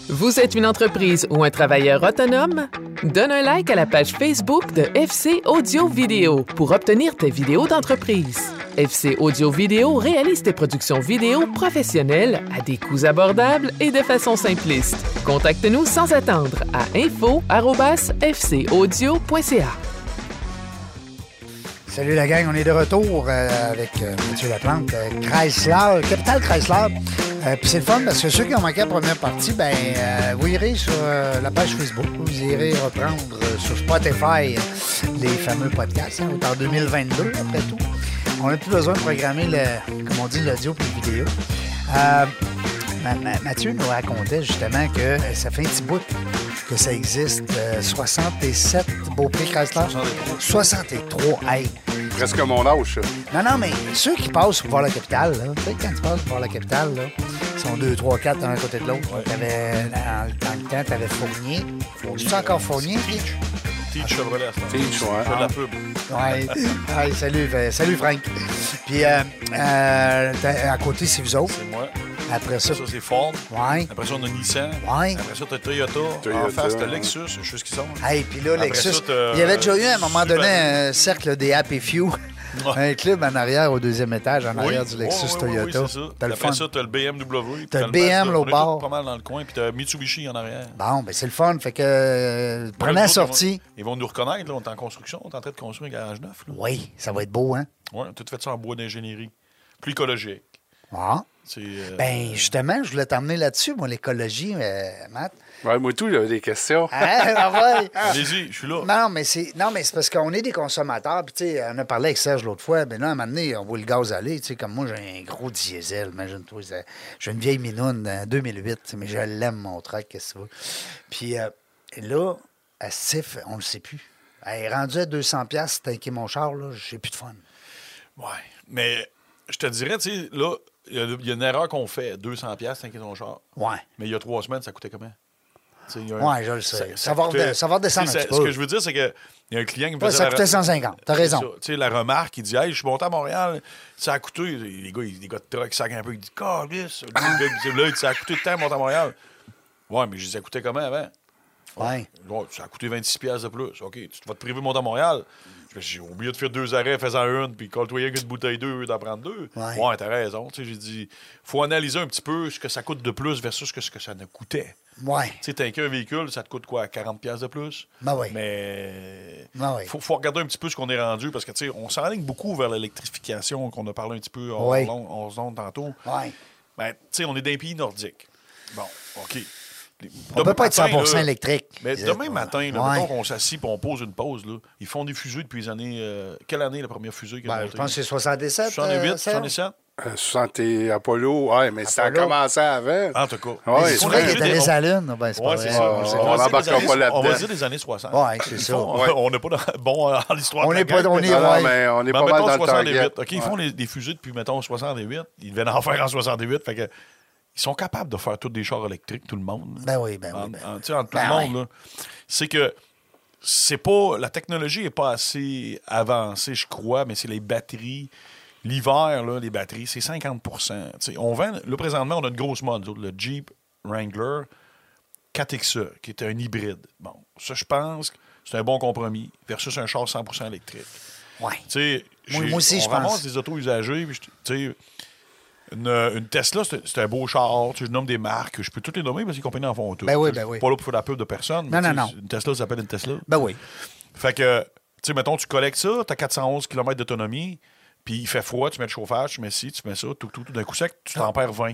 Vous êtes une entreprise ou un travailleur autonome? Donne un like à la page Facebook de FC Audio Vidéo pour obtenir tes vidéos d'entreprise. FC Audio Vidéo réalise tes productions vidéo professionnelles à des coûts abordables et de façon simpliste. Contacte-nous sans attendre à info@fcaudio.ca.
Salut la gang, on est de retour euh, avec euh, Mathieu Laplante, euh, Chrysler, Capital Chrysler. Euh, Puis c'est le fun parce que ceux qui ont manqué la première partie, ben euh, vous irez sur euh, la page Facebook, vous irez reprendre euh, sur Spotify euh, les fameux podcasts. hein, on est en 2022 après tout. On n'a plus besoin de programmer, le, comme on dit, l'audio pour la vidéo. Euh, Ma- Ma- Mathieu nous racontait justement que euh, ça fait un petit bout que ça existe. euh, 67 Beaupré Chrysler. 63. Hey.
Presque mon âge, ça.
Non, non, mais ceux qui passent pour voir la capitale, là, tu sais, quand tu passes pour voir la capitale, là, ils sont deux, trois, quatre d'un côté de l'autre. T'avais, dans, dans le temps, t'avais Fournier. Tu es encore Fournier?
Teach. Teach Chevrolet. à ce moment.
Teach, ouais.
Je fais de
ah.
la pub.
Ouais. Ouais, salut, euh, salut Frank. Puis euh, euh, t'as- à côté, c'est vous autres.
C'est moi.
Après ça,
Ça, c'est Ford.
ouais.
Après ça, on a Nissan.
Ouais.
Après ça, t'as Toyota.
Toyota,
En face, t'as
ouais.
Lexus. Je sais ce qu'ils sont.
Hey, puis là,
Après
Lexus,
ça, t'as-
il y avait déjà eu à un moment
Subaru.
donné un cercle des Happy Few.
Ouais.
Un club en arrière au deuxième étage, en
Oui.
arrière du Lexus
Ouais, ouais, ouais,
Toyota.
Oui, c'est ça.
T'as le
Après
fun.
ça, t'as le BMW. puis
T'as le
Mazda.
BM là, au
On est
bord.
tous pas mal dans le coin. Puis t'as Mitsubishi en arrière.
Bon, ben c'est le fun. Fait que euh, prenez
Nous
la
autres,
sortie.
Ils vont, ils vont nous reconnaître. Là, on est en construction. On est en train de construire un garage neuf. Là.
Oui, ça va être beau, hein?
Ouais, tout fait ça en bois d'ingénierie. Plus écologique.
Ah.
C'est, euh,
Ben, justement, je voulais t'emmener là-dessus, moi, l'écologie, euh, Matt.
Ouais, moi, tout, j'avais des questions.
Hein, ah ouais.
Allez-y, je suis là.
Non, non, mais c'est non, mais c'est parce qu'on est des consommateurs. Puis, tu sais, on a parlé avec Serge l'autre fois. Mais là, à un moment donné, on voit le gaz aller. Tu sais, comme moi, j'ai un gros diesel. Imagine-toi. ça- J'ai une vieille minoune euh, en 2008. tu sais, Mais je l'aime, mon truck. Qu'est-ce que tu veux? Puis euh, là, à Sif, on le sait plus. Elle est rendue à 200$, piastres, tanker mon char, là, j'ai plus de fun.
Ouais. Mais je te dirais, tu sais, là, il y a- il y, a une erreur qu'on fait. 200$, piastres, t'inquiète ton char.
Ouais.
Mais il y a trois semaines, ça coûtait comment? Tu sais, il y a un-
Ouais, je le sais. Ça va
coûtait-
rede- ça va redescendre
Tu sais,
un
ça-
petit
Ce
peu.
que je veux dire, c'est qu'il y a un client qui me
Ouais,
faisait
ça
la-
coûtait 150. T'as raison.
C'est ça. Tu sais, la remarque, il dit Hey, je suis monté à Montréal, ça a coûté. Les gars, ils- les gars de truck, ils sacent un peu. Ils disent Calice. Le gars, il dit, Là, il dit, ça a coûté de temps, monter à Montréal. Ouais, mais je dis Ça coûtait comment avant
Ouais.
Ouais, ça a coûté 26$ piastres de plus. OK, tu vas te priver de monter à Montréal. Je fais, J'ai oublié de faire deux arrêts, faisant une, puis colle-toi une bouteille d'eux, au lieu d'en prendre deux.
Ouais.
t'as raison. Tu sais, j'ai dit, faut analyser un petit peu ce que ça coûte de plus versus que ce que ça ne coûtait.
Ouais.
Tu sais, tanker un véhicule, ça te coûte quoi, 40$ piastres de plus?
Ben oui.
Mais
Ben oui.
faut, faut regarder un petit peu ce qu'on est rendu parce que, tu sais, on s'enligne beaucoup vers l'électrification qu'on a parlé un petit peu en
Oui.
long- en zone tantôt.
Ouais.
Ben, tu sais, on est d'un pays nordique. Bon, OK.
On peut pas être 100% électrique.
Mais
C'est-
demain matin, là,
Ouais.
mettons qu'on s'assit et on pose une pause, là, ils font des fusées depuis les années. euh, quelle année la première fusée qu'ils ont
Ben, je
montée?
pense que c'est 67.
68,
euh, Serge?
67?
Euh, 60 et Apollo, ouais, mais ça a
Apollo.
commencé avant.
En tout cas.
Ah Ouais,
Mais
ils
c'est
sont
vrai qu'il
obligés
est allé à la Lune. Ben, c'est
Ouais,
pas
c'est
vrai.
ça.
on-
C'est-
on
va dire
embarquera
des années-
pas là-dedans.
On va dire des années 60.
Ouais, c'est ça.
Ouais.
on n'est pas dans- bon euh, en histoire.
On
de la
n'est pas-
guerre,
on
mais-
est-
Ah, Non,
ouais.
non, mais on est
Ben,
pas mal
mettons
dans le
68.
target.
OK, ils font les- des fusées depuis, mettons, 68. Ils devaient en faire en 68. Fait que, ils sont capables de faire tous des chars électriques, tout le monde.
Ben oui, ben oui,
En-
ben
en-
oui.
tu sais, entre tout
Ben
le monde, là. C'est que c'est pas. La technologie n'est pas assez avancée, je crois, mais c'est les batteries. L'hiver, là, les batteries, c'est 50 Tu sais, on vend, là, présentement, on a une grosse mode, nous autres, le Jeep Wrangler 4XE, qui est un hybride. Bon, ça, je pense que c'est un bon compromis versus un char 100 électrique.
Ouais.
Tu sais,
Moi-
j'ai-
moi aussi,
on
je pense.
ramasse des autos usagées. puis je- tu sais, une, euh, une Tesla, c'est c'est un beau char. Tu sais, je nomme des marques. Je peux toutes les nommer parce que les compagnies en font toutes.
Ben oui,
Tu sais,
ben
je suis
oui.
pas là pour faire la pub de personne. mais
Non,
tu
non,
sais,
non.
Une Tesla, ça s'appelle une Tesla.
Ben oui.
Fait que, tu sais, mettons, tu collectes ça, tu as 411 km d'autonomie, puis il fait froid, tu mets le chauffage, tu mets ci, tu mets ça, tout, tout, tout d'un coup sec, tu t'en perds 20.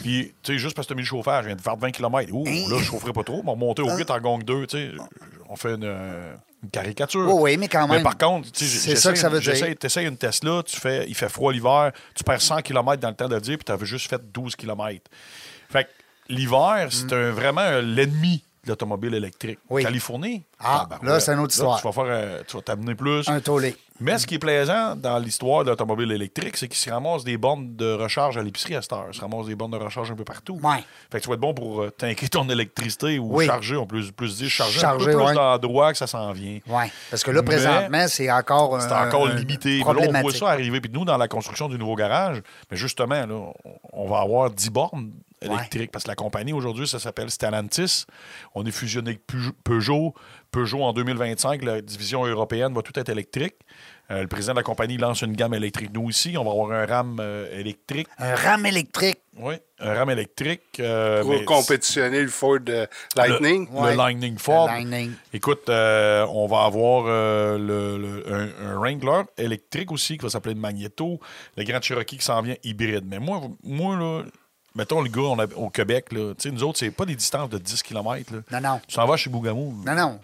Puis, tu sais, juste parce que tu as mis le chauffage, je viens de faire 20 km. Ouh, là, je chaufferai pas trop, mais monter
Ah.
au 8 en gong 2, tu sais, on fait une, euh, une caricature.
Oui, oui, mais quand même.
Mais par contre, tu sais,
C'est
j'essaie-
ça que ça veut dire.
j'essaie- T'essayes une Tesla, tu fais, il fait froid l'hiver, tu perds 100 km dans le temps de le dire, puis t'avais juste fait 12 km. Fait que l'hiver, c'est un- vraiment euh, l'ennemi de l'automobile électrique.
Mm. Oui.
Californie.
Ah,
tabarouette.
là, c'est une autre histoire.
tu vas faire, euh, tu vas t'amener plus.
Un tollé.
Mais ce qui est plaisant dans l'histoire de l'automobile électrique, c'est qu'ils se ramassent des bornes de recharge à l'épicerie à cette heure. Ils se ramassent des bornes de recharge un peu partout.
Ouais.
Fait que tu vas être bon pour euh, t'inquiéter ton électricité ou
Oui.
charger, on peut plus dire charger,
Charger,
un peu plus
ouais.
d'endroits que ça s'en vient.
Ouais. Parce que là,
Mais-
présentement, c'est encore.
C'est
un-
encore
un-
limité. Puis Là, on voit
Problématique.
ça arriver. Puis nous, dans la construction du nouveau garage, mais justement, là, on- on va avoir 10 bornes électriques. Parce que la compagnie, aujourd'hui, ça s'appelle Stellantis. On est fusionné avec Peuge- Peugeot. Peugeot, en 2025, la division européenne va tout être électrique. Euh, le président de la compagnie lance une gamme électrique. Nous aussi, on va avoir un RAM euh, électrique.
Un rame électrique.
Oui, un RAM électrique. euh,
Pour
mais-
compétitionner le Ford euh, Lightning.
le
Ouais.
Lightning Ford.
Le Lightning.
Écoute, euh, on va avoir euh, le, le- un, un Wrangler électrique aussi qui va s'appeler le Magneto. Le Grand Cherokee qui s'en vient hybride. Mais moi, moi là, mettons le gars on a- au Québec, là, tu sais, nous autres, c'est pas des distances de 10 km.
Non, non.
Tu t'en vas chez Bougamou.
Non, non.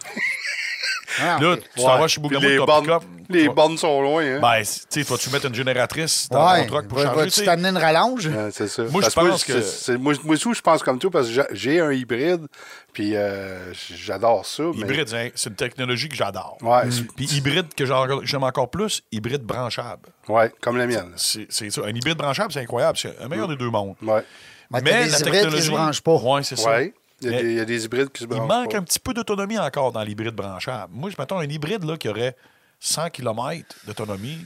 Ah,
Là,
ok.
tu t'en vas
Ouais.
chez
Puis
Bougamou,
les
ton
bornes-
pick-up.
Les
tu vas-
bornes sont loin, hein?
Ben, c'est- tu sais, vas-tu mettre une génératrice dans
Ouais.
ton truck pour
Va-
charger? tu
Vas-tu
sais?
t'amener une rallonge?
Ouais, c'est ça.
Ben, Moi, je
Parce
pense que-
c'est- c'est- moi, moi aussi, je pense comme toi parce que j'a- j'ai un hybride, puis euh, j'adore ça. mais-
Hybride, hein, Mm. c'est- c'est une technologie que j'adore.
Ouais,
Puis hybride que j'en- j'aime encore plus, hybride branchable.
ouais, comme la mienne.
C'est c'est ça. Un hybride branchable, c'est incroyable. C'est le meilleur des deux mondes.
Ouais.
Mais t'as des hybrides qui se branchent pas.
Ouais, c'est ça.
Ouais. Il y, a
Mais
des, il y a des hybrides qui se
Il
branchent.
manque
pas.
un petit peu d'autonomie encore dans l'hybride branchable. Moi, je m'attends à un hybride là, qui aurait 100 km d'autonomie.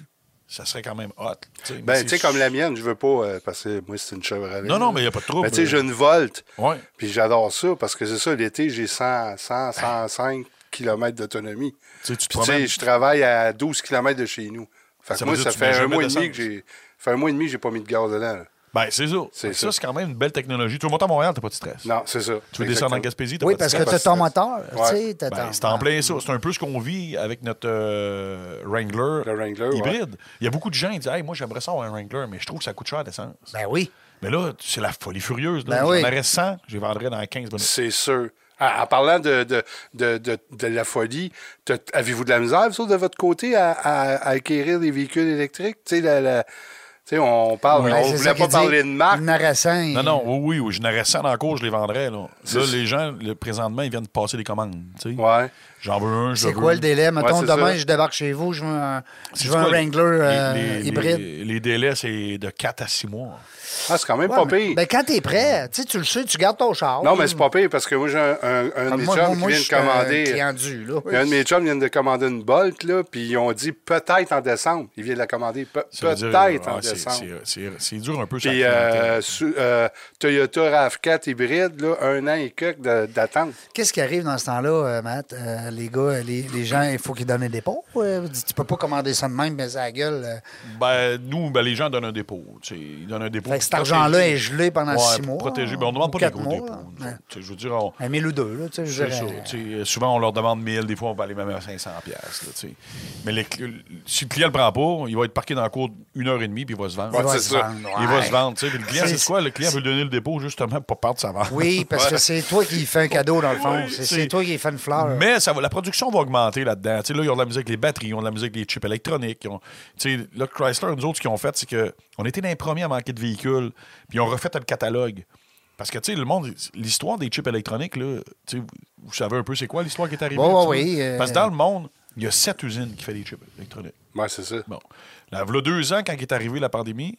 Ça serait quand même hot. tu sais. Mais
Ben,
c'est-
tu sais, comme la mienne, je veux pas, euh, parce que moi, c'est une Chevrolet.
Non, non, mais il y a pas de trouble.
Ben, tu sais, j'ai une Volt,
Ouais.
puis j'adore ça, parce que c'est ça, l'été, j'ai 100, 100, 105 km d'autonomie.
Tu sais, tu te
Puis, tu sais,
promènes.
je travaille à 12 km de chez nous. Fait que
Ça veut
moi,
dire
ça
que tu mets
fait un
jamais
mois et
d'essence.
demi que j'ai... fait un mois et demi que j'ai pas mis de gaz dedans. là.
Ben, c'est ça.
C'est
ça,
ça.
c'est quand même une belle technologie. Tu veux monter à Montréal, t'as pas de stress.
Non, c'est ça.
Tu veux descendre en
Exactement.
Gaspésie, t'as
Oui,
pas de
parce
stress.
que t'as ton
capacité.
moteur.
Ouais.
tu sais, t'as
Ben,
ton-
c'est en plein ça. C'est un peu ce qu'on vit avec notre euh, Wrangler,
Le Wrangler, ouais.
hybride. Il y a beaucoup de gens qui disent Hey, Moi, j'aimerais ça avoir un Wrangler, mais je trouve que ça coûte cher d'essence.
Ben oui.
Mais là, c'est la folie furieuse. Là.
Ben oui.
J'en aurais 100, je les vendrais dans 15 minutes.
C'est sûr. En, en parlant de, de, de, de, de la folie, t'as- avez-vous de la misère, vous autres, de votre côté, à, à- à acquérir des véhicules électriques? Tu sais, la- la- tu sais, on parle,
Ben,
Ah, on
c'est ça
voulait
qu'il
pas
dit.
parler de marque.
Une Narassin.
Non, non, oui, oui, oui, je n'aurais 100 dans la cour, je les vendrais. Là,
C'est
là
ça.
les gens, le- présentement, ils viennent de passer des commandes. tu sais.
Ouais.
J'en veux un, je
C'est
veux.
quoi le délai? Mettons,
c'est
demain,
ça.
je débarque chez vous, je veux un, je
C'est
veux un
quoi, les-
Wrangler euh,
les- les-
hybride.
Les, les délais, c'est de 4 à 6 mois.
Ah, c'est quand même
Ouais,
pas
mais-
pire.
ben, quand t'es prêt, tu sais, tu le sais, tu gardes ton char.
non, mais c'est pas pire parce que moi, j'ai un, un, un de
Comme
mes
Ah, moi,
chums
moi,
qui
moi,
vient
je
de
suis un
commander.
client dû, là.
un de mes chums vient de commander une Bolt, là, puis ils ont dit peut-être en décembre. Il vient de la commander pe-
Ça veut dire,
peut-être en
ouais, c'est-
décembre.
c'est- C'est c'est dur un peu. sur la
Puis
clientèle.
euh, sous- euh, Toyota RAV4 hybride, là, un an et quelques de- d'attente.
Qu'est-ce qui arrive dans ce temps-là, euh, Matt? Euh, les gars, les, les gens, il faut qu'ils donnent des dépôts. euh, tu peux pas commander ça de même, mais ça la gueule. euh.
Ben, nous, ben, les gens donnent un dépôt. tu sais. Ils donnent un dépôt.
Fait que
pour
cet argent-là
protéger.
est gelé pendant
Ouais,
six
pour
mois.
protéger. Ben, on ne demande pas
des
des gros dépôts. nous autres. Tu sais, Je veux dire, on-
Un mille ou deux, là, tu sais, je
c'est
dirais.
ça, tu sais, souvent, on leur demande 1000, des fois, on va aller même à 500 piastres, là, tu sais. Mais les cl- si le client ne le prend pas, il va être parqué dans la cour une heure et demie, puis il va se vendre.
Ouais,
Il va
c'est
se
ça.
vendre,
Il va
ouais.
se vendre. tu sais. Puis le client,
C'est-
c'est quoi? Le client veut lui donner le dépôt justement pour perdre sa vente.
Oui, parce que c'est toi qui lui fais un cadeau, dans le fond.
Ouais,
C'est-
c'est-
C'est toi qui lui fais une fleur.
Mais ça va- la production va augmenter là-dedans. Tu sais, là, ils ont de la musique avec les batteries, ils ont de la musique avec les chips électroniques. ils ont- tu sais, là, Chrysler, nous autres, ce qu'ils ont fait, c'est qu'on était dans les premiers à manquer de véhicules, puis ils ont refait le catalogue. Parce que, tu sais, le monde, l'histoire des chips électroniques, là, tu sais, vous, vous savez un peu c'est quoi l'histoire qui est arrivée?
Ouais,
là,
ouais,
tu sais?
oui, euh,
Parce que dans le monde, il y a sept usines qui font des chips électroniques.
Ouais, c'est ça.
Bon. Là, voilà deux ans, quand est arrivée la pandémie,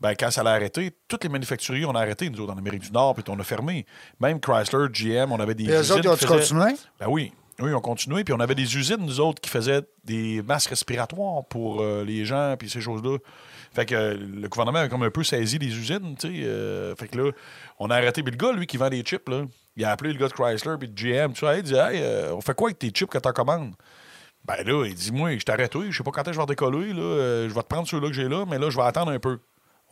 ben, quand ça l'a arrêté, tous les manufacturiers ont arrêté, nous autres, en Amérique du Nord, puis on a fermé. Même Chrysler, GM, on avait des
Et eux
usines
autres, ils ont
qui
continué?
Ben oui. Oui, ils ont continué. Puis on avait des usines, nous autres, qui faisaient des masques respiratoires pour euh, les gens, puis ces choses-là. Fait que euh, le gouvernement a comme un peu saisi les usines, tu sais. euh, fait que là, on a arrêté. Puis le gars, lui, qui vend des chips, là, il a appelé le gars de Chrysler, puis de GM, tu sais, il dit Hey, euh, on fait quoi avec tes chips quand t'en commandes ben là, il dit Moi, je t'arrête, oui, je sais pas quand est-ce que je vais décoller, là, euh, je vais te prendre ceux-là que j'ai là, mais là, je vais attendre un peu.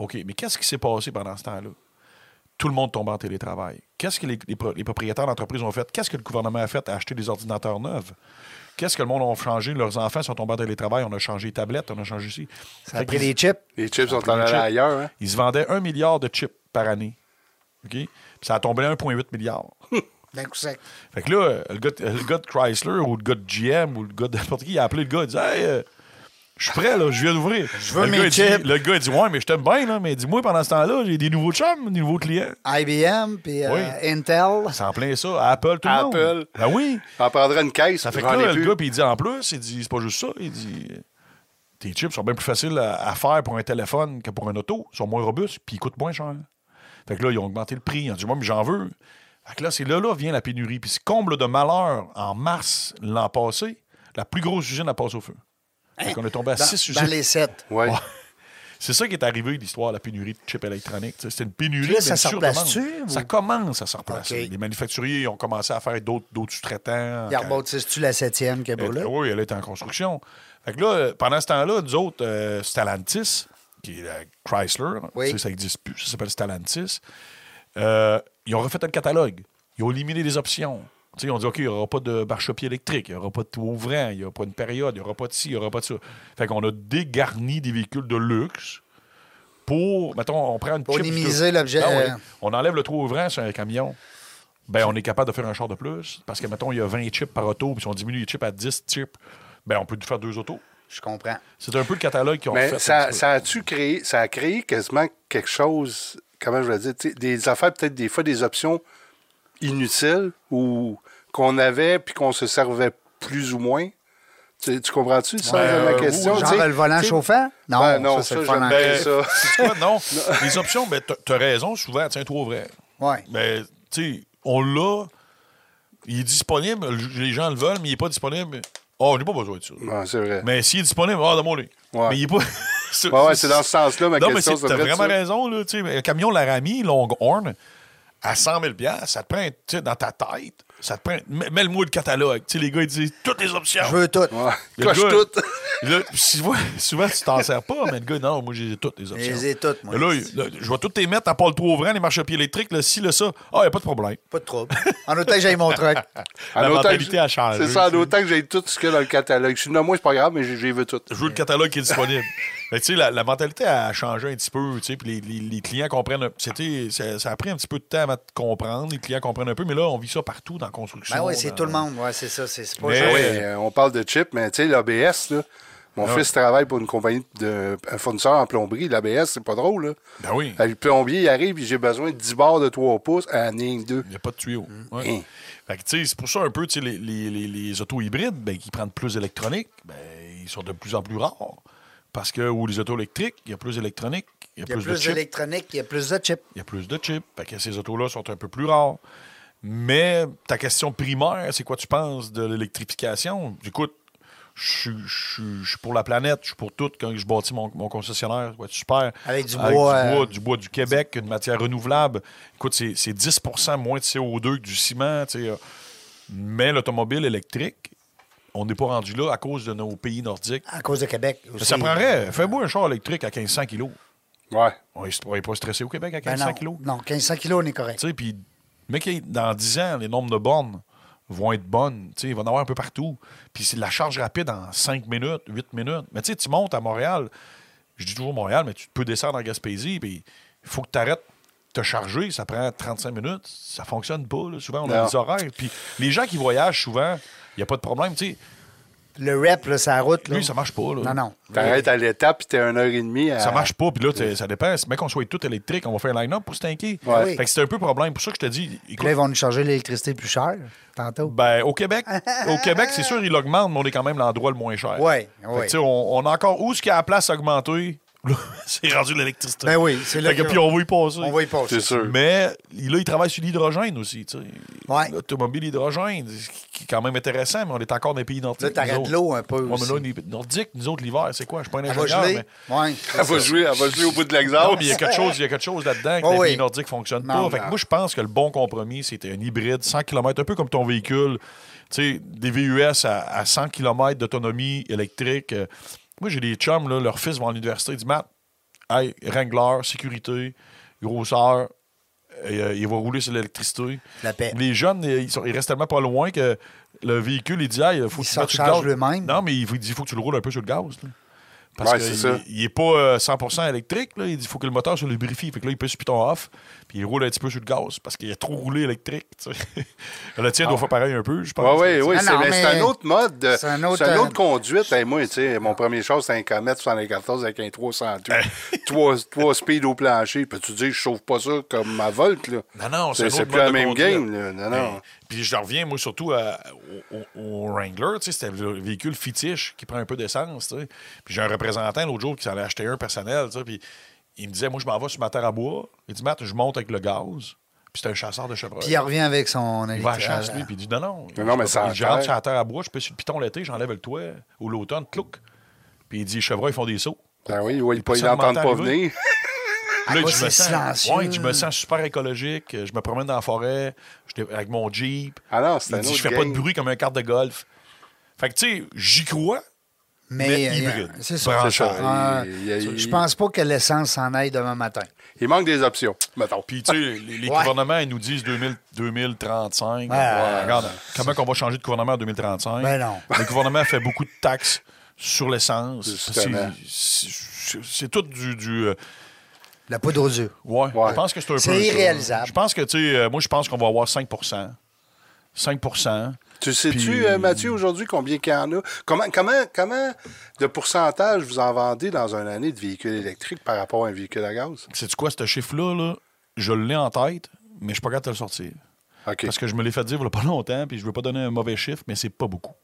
OK, mais qu'est-ce qui s'est passé pendant ce temps-là? Tout le monde tombe en télétravail. Qu'est-ce que les, les pro- les propriétaires d'entreprises ont fait? Qu'est-ce que le gouvernement a fait à acheter des ordinateurs neufs? Qu'est-ce que le monde a changé? Leurs enfants sont tombés en télétravail, on a changé les tablettes, on a changé ici.
Ça a
Fait
pris
qu'ils-
des chips.
Les chips sont
pris
en
les
allant
chips.
ailleurs. Hein?
Ils se vendaient un milliard de chips par année. OK? Puis ça a tombé à 1,8 milliard.
D'un coup sec.
Fait que là, euh, le gars, de- le gars de Chrysler ou le gars de GM ou le gars de n'importe qui, il a appelé le gars, il dit Hey, euh, je suis prêt, là, je viens d'ouvrir. Je
veux
le
mes
gars, il
chips.
dit, Le gars, il dit Ouais, mais je t'aime bien, là, mais dis-moi, pendant ce temps-là, j'ai des nouveaux chums, des nouveaux clients.
IBM, puis euh,
Oui.
Intel.
C'est en plein ça. Apple, tout le monde.
Apple.
Ben oui.
On prendrait une caisse.
Ça fait que
j'en ai
là, le
plus.
gars, puis il dit en plus, il dit C'est pas juste ça. Il dit Tes chips sont bien plus faciles à, à faire pour un téléphone que pour un auto. Ils sont moins robustes, puis ils coûtent moins cher. Fait que là, ils ont augmenté le prix. Ils ont dit Moi, mais j'en veux. Fait que là, c'est là, là vient la pénurie. Puis, c'est comble de malheur, en mars l'an passé, la plus grosse usine a passé au feu. Fait qu'on est tombé à
Hein? Dans,
six
dans
usines.
les sept.
Ouais.
Ouais. C'est ça qui est arrivé, l'histoire de la pénurie de chips électroniques. Tu sais, C'était une pénurie.
Puis là, ça
d'une
se
surdemande.
replace-tu, ou-
Ça commence à se replacer.
OK.
Les manufacturiers ils ont commencé à faire d'autres d'autres sous-traitants.
Ils rebâtissent-tu la septième
Eh,
qui est
Elle-
brûlée?
oh.
Oui, elle était en construction. Fait que là, euh, pendant ce temps-là, nous autres, euh, Stellantis, qui est la Chrysler,
Oui.
tu sais, ça n'existe plus, ça s'appelle Stellantis, euh, ils ont refait le catalogue. Ils ont éliminé les options. Tu sais, ils ont dit, OK, il n'y aura pas de marchepied électrique, il n'y aura pas de tout ouvrant, il n'y aura pas une période, il n'y aura pas de ci, il n'y aura pas de ça. Fait qu'on a dégarni des véhicules de luxe pour, mettons, on prend une
Pour
chip-
minimiser l'objet,
Ah ouais.
euh.
On enlève le trou ouvrant sur un camion. ben, on est capable de faire un char de plus. Parce que, mettons, il y a 20 chips par auto, puis si on diminue les chips à 10 chips, ben, on peut faire deux autos.
Je comprends.
C'est un peu le catalogue qu'ils ont
Mais
fait. un
ça,
petit peu.
ça a-tu créé, ça a créé quasiment quelque chose, comment je vais dire, tu sais, des affaires, peut-être des fois des options inutiles ou qu'on avait puis qu'on se servait plus ou moins. Tu, tu comprends-tu ça,
Ouais,
ma
euh,
question?
ou
Tu sais,
Genre le volant
tu sais,
chauffant? Non,
ben non,
ça, c'est
ça,
le volant
j'aime bien
chauffant.
ça.
Euh, C'est quoi? Non. les options, ben, t'as- t'as raison, souvent, tiens, toi, vrai.
Ouais.
Mais, tu sais, on l'a. Il est disponible, le- les gens le veulent, mais il n'est pas disponible. Oh, on n'a pas besoin de ça.
Ouais, c'est vrai.
Mais s'il est disponible, ah, dans mon lit.
Ouais.
Mais il est pas.
Ouais, ouais, c'est dans ce sens-là, ma
non, mais
question.
c'est-
ça
t'as
devrait être
vraiment
ça.
raison, là. tu sais, mais Le camion Laramie, Longhorn, à 100 000 ça te prend, tu sais, dans ta tête, ça te prend. mets- Mets-le-moi le catalogue. Tu sais, les gars, ils disent toutes les options.
Je veux tout.
Ouais.
Le
Coche
gars,
tout.
là, si- ouais, souvent, tu t'en sers pas, mais le gars, non, moi, j'ai toutes les options.
Je les ai toutes, moi.
Mais Là, il- là, je vais toutes les mettre à Paul Trouvrant, les marchepieds électriques, le ci, le ça. Ah, il n'y a pas de problème.
Pas de trouble. En autant que j'aille mon truck.
La
En autant que-
mentalité a changé,
C'est ça, en
tu sais.
autant que j'ai tout ce qu'il y a dans le catalogue. Je suis non, moi, c'est pas grave, mais j'ai- j'ai vu tout.
Je veux le catalogue qui est disponible. Fait que, tu sais, la, la mentalité a changé un petit peu, tu sais, puis les, les- les clients comprennent. un- C'était, ça, ça a pris un petit peu de temps à comprendre, les clients comprennent un peu, mais là, on vit ça partout dans la construction.
Ben oui,
dans-
c'est tout le monde. Ouais, c'est ça. C'est c'est pas
Mais-
juste-
Ah
Ouais.
ouais, euh, on parle de chip, mais tu sais, l'ABS, là. Mon
Ouais.
fils travaille pour une compagnie de un fournisseur en plomberie. L'ABS, c'est pas drôle, là.
Ben oui,
Fait que Le plombier, il arrive, et j'ai besoin de 10 barres de 3 pouces à la ligne 2.
il n'y a pas de tuyau.
Mm.
Ouais.
Mm.
Fait que, tu sais, c'est pour ça un peu, tu sais, les, les- les- les autos hybrides, ben, qui prennent plus d'électronique, ben, ils sont de plus en plus rares. Parce que, ou les autos électriques, il y a plus d'électronique, il y a
Il y a
plus de
plus
chips.
d'électronique, il y a plus de chips.
Il y a plus de chips. Fait que ces autos-là sont un peu plus rares. Mais ta question primaire, c'est quoi tu penses de l'électrification? Écoute, je suis- je suis je suis pour la planète, je suis pour tout. Quand je bâtis mon, mon concessionnaire, ça va être super.
Avec du bois,
Du
euh,
bois, du bois du Québec, une matière renouvelable. Écoute, c'est c'est 10 moins de CO2 que du ciment. tu sais, euh. Mais l'automobile électrique, on n'est pas rendu là à cause de nos pays nordiques.
À cause de Québec. aussi.
Ça prendrait, fais-moi un char électrique à 1500 kilos.
Ouais.
On n'est pas stressé au Québec à
Ben
1500
non.
kilos.
Non, 1500 kilos, on est correct.
Tu sais, puis, mais qu'il y ait- dans 10 ans, les nombres de bornes vont être bonnes. Tu sais, il va en avoir un peu partout. Puis c'est de la charge rapide en 5 minutes, 8 minutes. Mais tu sais, tu montes à Montréal, je dis toujours Montréal, mais tu peux descendre en Gaspésie, puis il faut que tu arrêtes de te charger, ça prend 35 minutes, ça fonctionne pas. là. Souvent, on a
Non.
des horaires. Puis les gens qui voyagent souvent, il n'y a pas de problème. Tu sais,
Le rep, là, c'est la route. Là.
lui, ça marche pas.
Non,
là.
non.
T'arrêtes à l'étape, puis t'es 1h30 à...
Ça marche pas, puis là, t'es- ça dépend. Mais qu'on soit tout électrique, on va faire un line-up pour se tanker.
Ouais.
Oui.
Fait que c'est un peu problème. Pour ça que je te dis, écoute,
Puis là, ils vont nous charger l'électricité plus chère, tantôt.
Ben, au Québec, au Québec, c'est sûr, il augmente, mais on est quand même l'endroit le moins cher.
Ouais,
Fait que,
ouais.
tu sais, on, on a encore où ce qu'il y a à place augmentée, là, c'est rendu l'électricité.
Ben oui, c'est là
Fait que
que-
puis on va y passer.
on va y passer.
C'est sûr.
Mais là, il travaille sur l'hydrogène aussi, tu sais.
Ouais.
L'automobile hydrogène, ce qui- qui est quand même intéressant, mais on est encore dans les pays nordiques.
Là, t'arrêtes
nous autres.
l'eau un peu
Ouais, mais
aussi.
là, on est nordiques, nous autres, l'hiver, c'est quoi? Je suis pas un
Elle va
ingénieur,
geler.
mais...
Ouais.
Elle va jouer, elle va jouer au bout de
Non,
l'exemple.
mais il y a quelque chose, il y a quelque chose là-dedans que
Oh
les
oui.
pays nordiques fonctionnent
Non,
pas. Fait que
non.
moi, je pense que le bon compromis, c'était un hybride, 100 km, un peu comme ton véhicule. Tu sais, des VUS à, à 100 km d'autonomie électrique. Euh, Moi, j'ai des chums, là, leur fils va à l'université, ils disent Matt, hey, Wrangler, sécurité, grosseur, et, euh, il va rouler sur l'électricité.
La paix.
Les jeunes, ils, sont- ils restent tellement pas loin que le véhicule, il dit Hey, faut
Il
que tu
se
mettes sur
recharge
le gaz.
lui-même.
Non, mais il faut- il dit faut que tu le roules un peu sur le gaz. là. Parce
Ouais,
que
c'est
il-
ça.
il n'est pas euh, 100% électrique. Là. Il dit, faut que le moteur se lubrifie. Fait que là, il peut sur piton off, puis il roule un petit peu sur le gaz parce qu'il a trop roulé électrique. tu sais. le tien
Ah.
doit faire pareil un peu, je pense.
Oui, oui, oui.
Ah
C'est
non,
mais c'est
mais-
un autre mode. de-
c'est
C'est
un
un
autre,
autre,
euh,
conduite. Hey, moi, tu sais, mon premier char, c'est un Comet 74 avec un 308.
Ben.
trois, trois speed au plancher. Puis tu dis, je chauffe pas ça comme ma Volt. Là.
Non, Ben non, c'est un
C'est c'est
autre
plus
mode
la
de
même
conduite. Ben,
game. Là. Non, non.
Mais- Puis je reviens, moi, surtout à- au, au- au Wrangler. tu sais, C'était le véhicule fétiche qui prend un peu d'essence. tu sais. Puis j'ai un représentant l'autre jour qui s'en allait acheter un personnel. tu sais, Puis il me disait, moi, je m'en vais sur ma terre à bois. Il dit, Matt, je monte avec le gaz. Puis c'est un chasseur de Chevrolet.
Puis il revient avec son
Il va à la
électricité.
chasse, lui, puis il dit non, non.
Non, non, mais
je
ça
peux-
a
Je rentre
terre.
sur la terre à bois, je peux sur le piton l'été, j'enlève le toit, ou l'automne, clouc. Puis il dit les chevreuils, ils font des sauts.
Ben oui, ouais,
peut
ils
s'augmenter
n'entendent
à
pas
l'arrivée.
venir.
Là,
Ah, moi,
je, me
c'est
sens,
silencieux.
ouais, je me sens super écologique. euh, Je me promène dans la forêt je dé- avec mon Jeep.
Ah non, c'est
Il
un
dit,
autre
Je fais pas de
game.
bruit comme un carte de golf. Fait que, tu sais, j'y crois.
Mais,
Mais
euh,
hybride.
C'est
Branchable.
ça.
Ah, il-
Ouais.
il-
Je pense pas que l'essence s'en aille demain matin.
Il manque des options, mettons.
Puis, tu sais, les, les
Ouais.
gouvernements, ils nous disent 2000 2035.
Ouais.
Ouais, Regarde, comment qu'on va changer de gouvernement en 2035?
Ben non.
Le gouvernement fait beaucoup de taxes sur l'essence.
Justement.
C'est- C'est c'est tout du... du, euh,
La poudre aux yeux.
Ouais,
Ouais.
je pense que c'est un peu.
C'est
ça.
irréalisable.
Je pense que, tu sais, euh, moi, je pense qu'on va avoir 5 5
Tu sais-tu,
Puis-
euh, Mathieu, aujourd'hui, combien qu'il y en a? Comment, comment, comment de pourcentage vous en vendez dans une année de véhicules électriques par rapport à un véhicule à gaz?
Sais-tu quoi, ce chiffre-là, là, je l'ai en tête, mais je suis pas capable de le sortir.
OK.
Parce que je me l'ai fait dire il y a pas longtemps, puis je veux pas donner un mauvais chiffre, mais c'est pas beaucoup.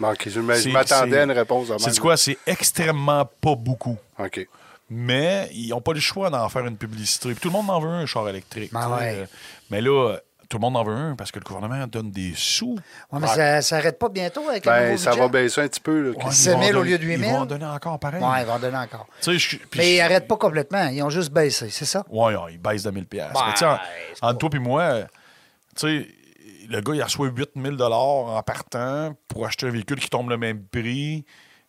Bon, OK, je m- je
C'est-
m'attendais
c'est-
à une réponse avant.
C'est quoi? C'est extrêmement pas beaucoup.
OK.
Mais ils n'ont pas le choix d'en faire une publicité. Puis tout le monde en veut un, un char électrique.
Ben
tu sais.
ouais.
Euh, Mais là, tout le monde en veut un parce que le gouvernement donne des sous.
Ouais, mais ça s'arrête pas bientôt avec le
Ben,
nouveau
ça
budget?
va baisser un petit peu. là.
Ouais,
7 000
ils vont
au
donner-
lieu de 8 000.
Ils vont en donner encore pareil.
Ouais, ils vont donner encore.
Tu sais, je- puis-
Mais ils n'arrêtent pas complètement. Ils ont juste baissé, c'est ça?
Ouais, ouais, il baisse de 1000 pièces.
Ben,
Mais tu sais, en-
c'est
entre toi et moi, euh, tu sais, le gars, il reçoit 8000 dollars en partant pour acheter un véhicule qui tombe le même prix,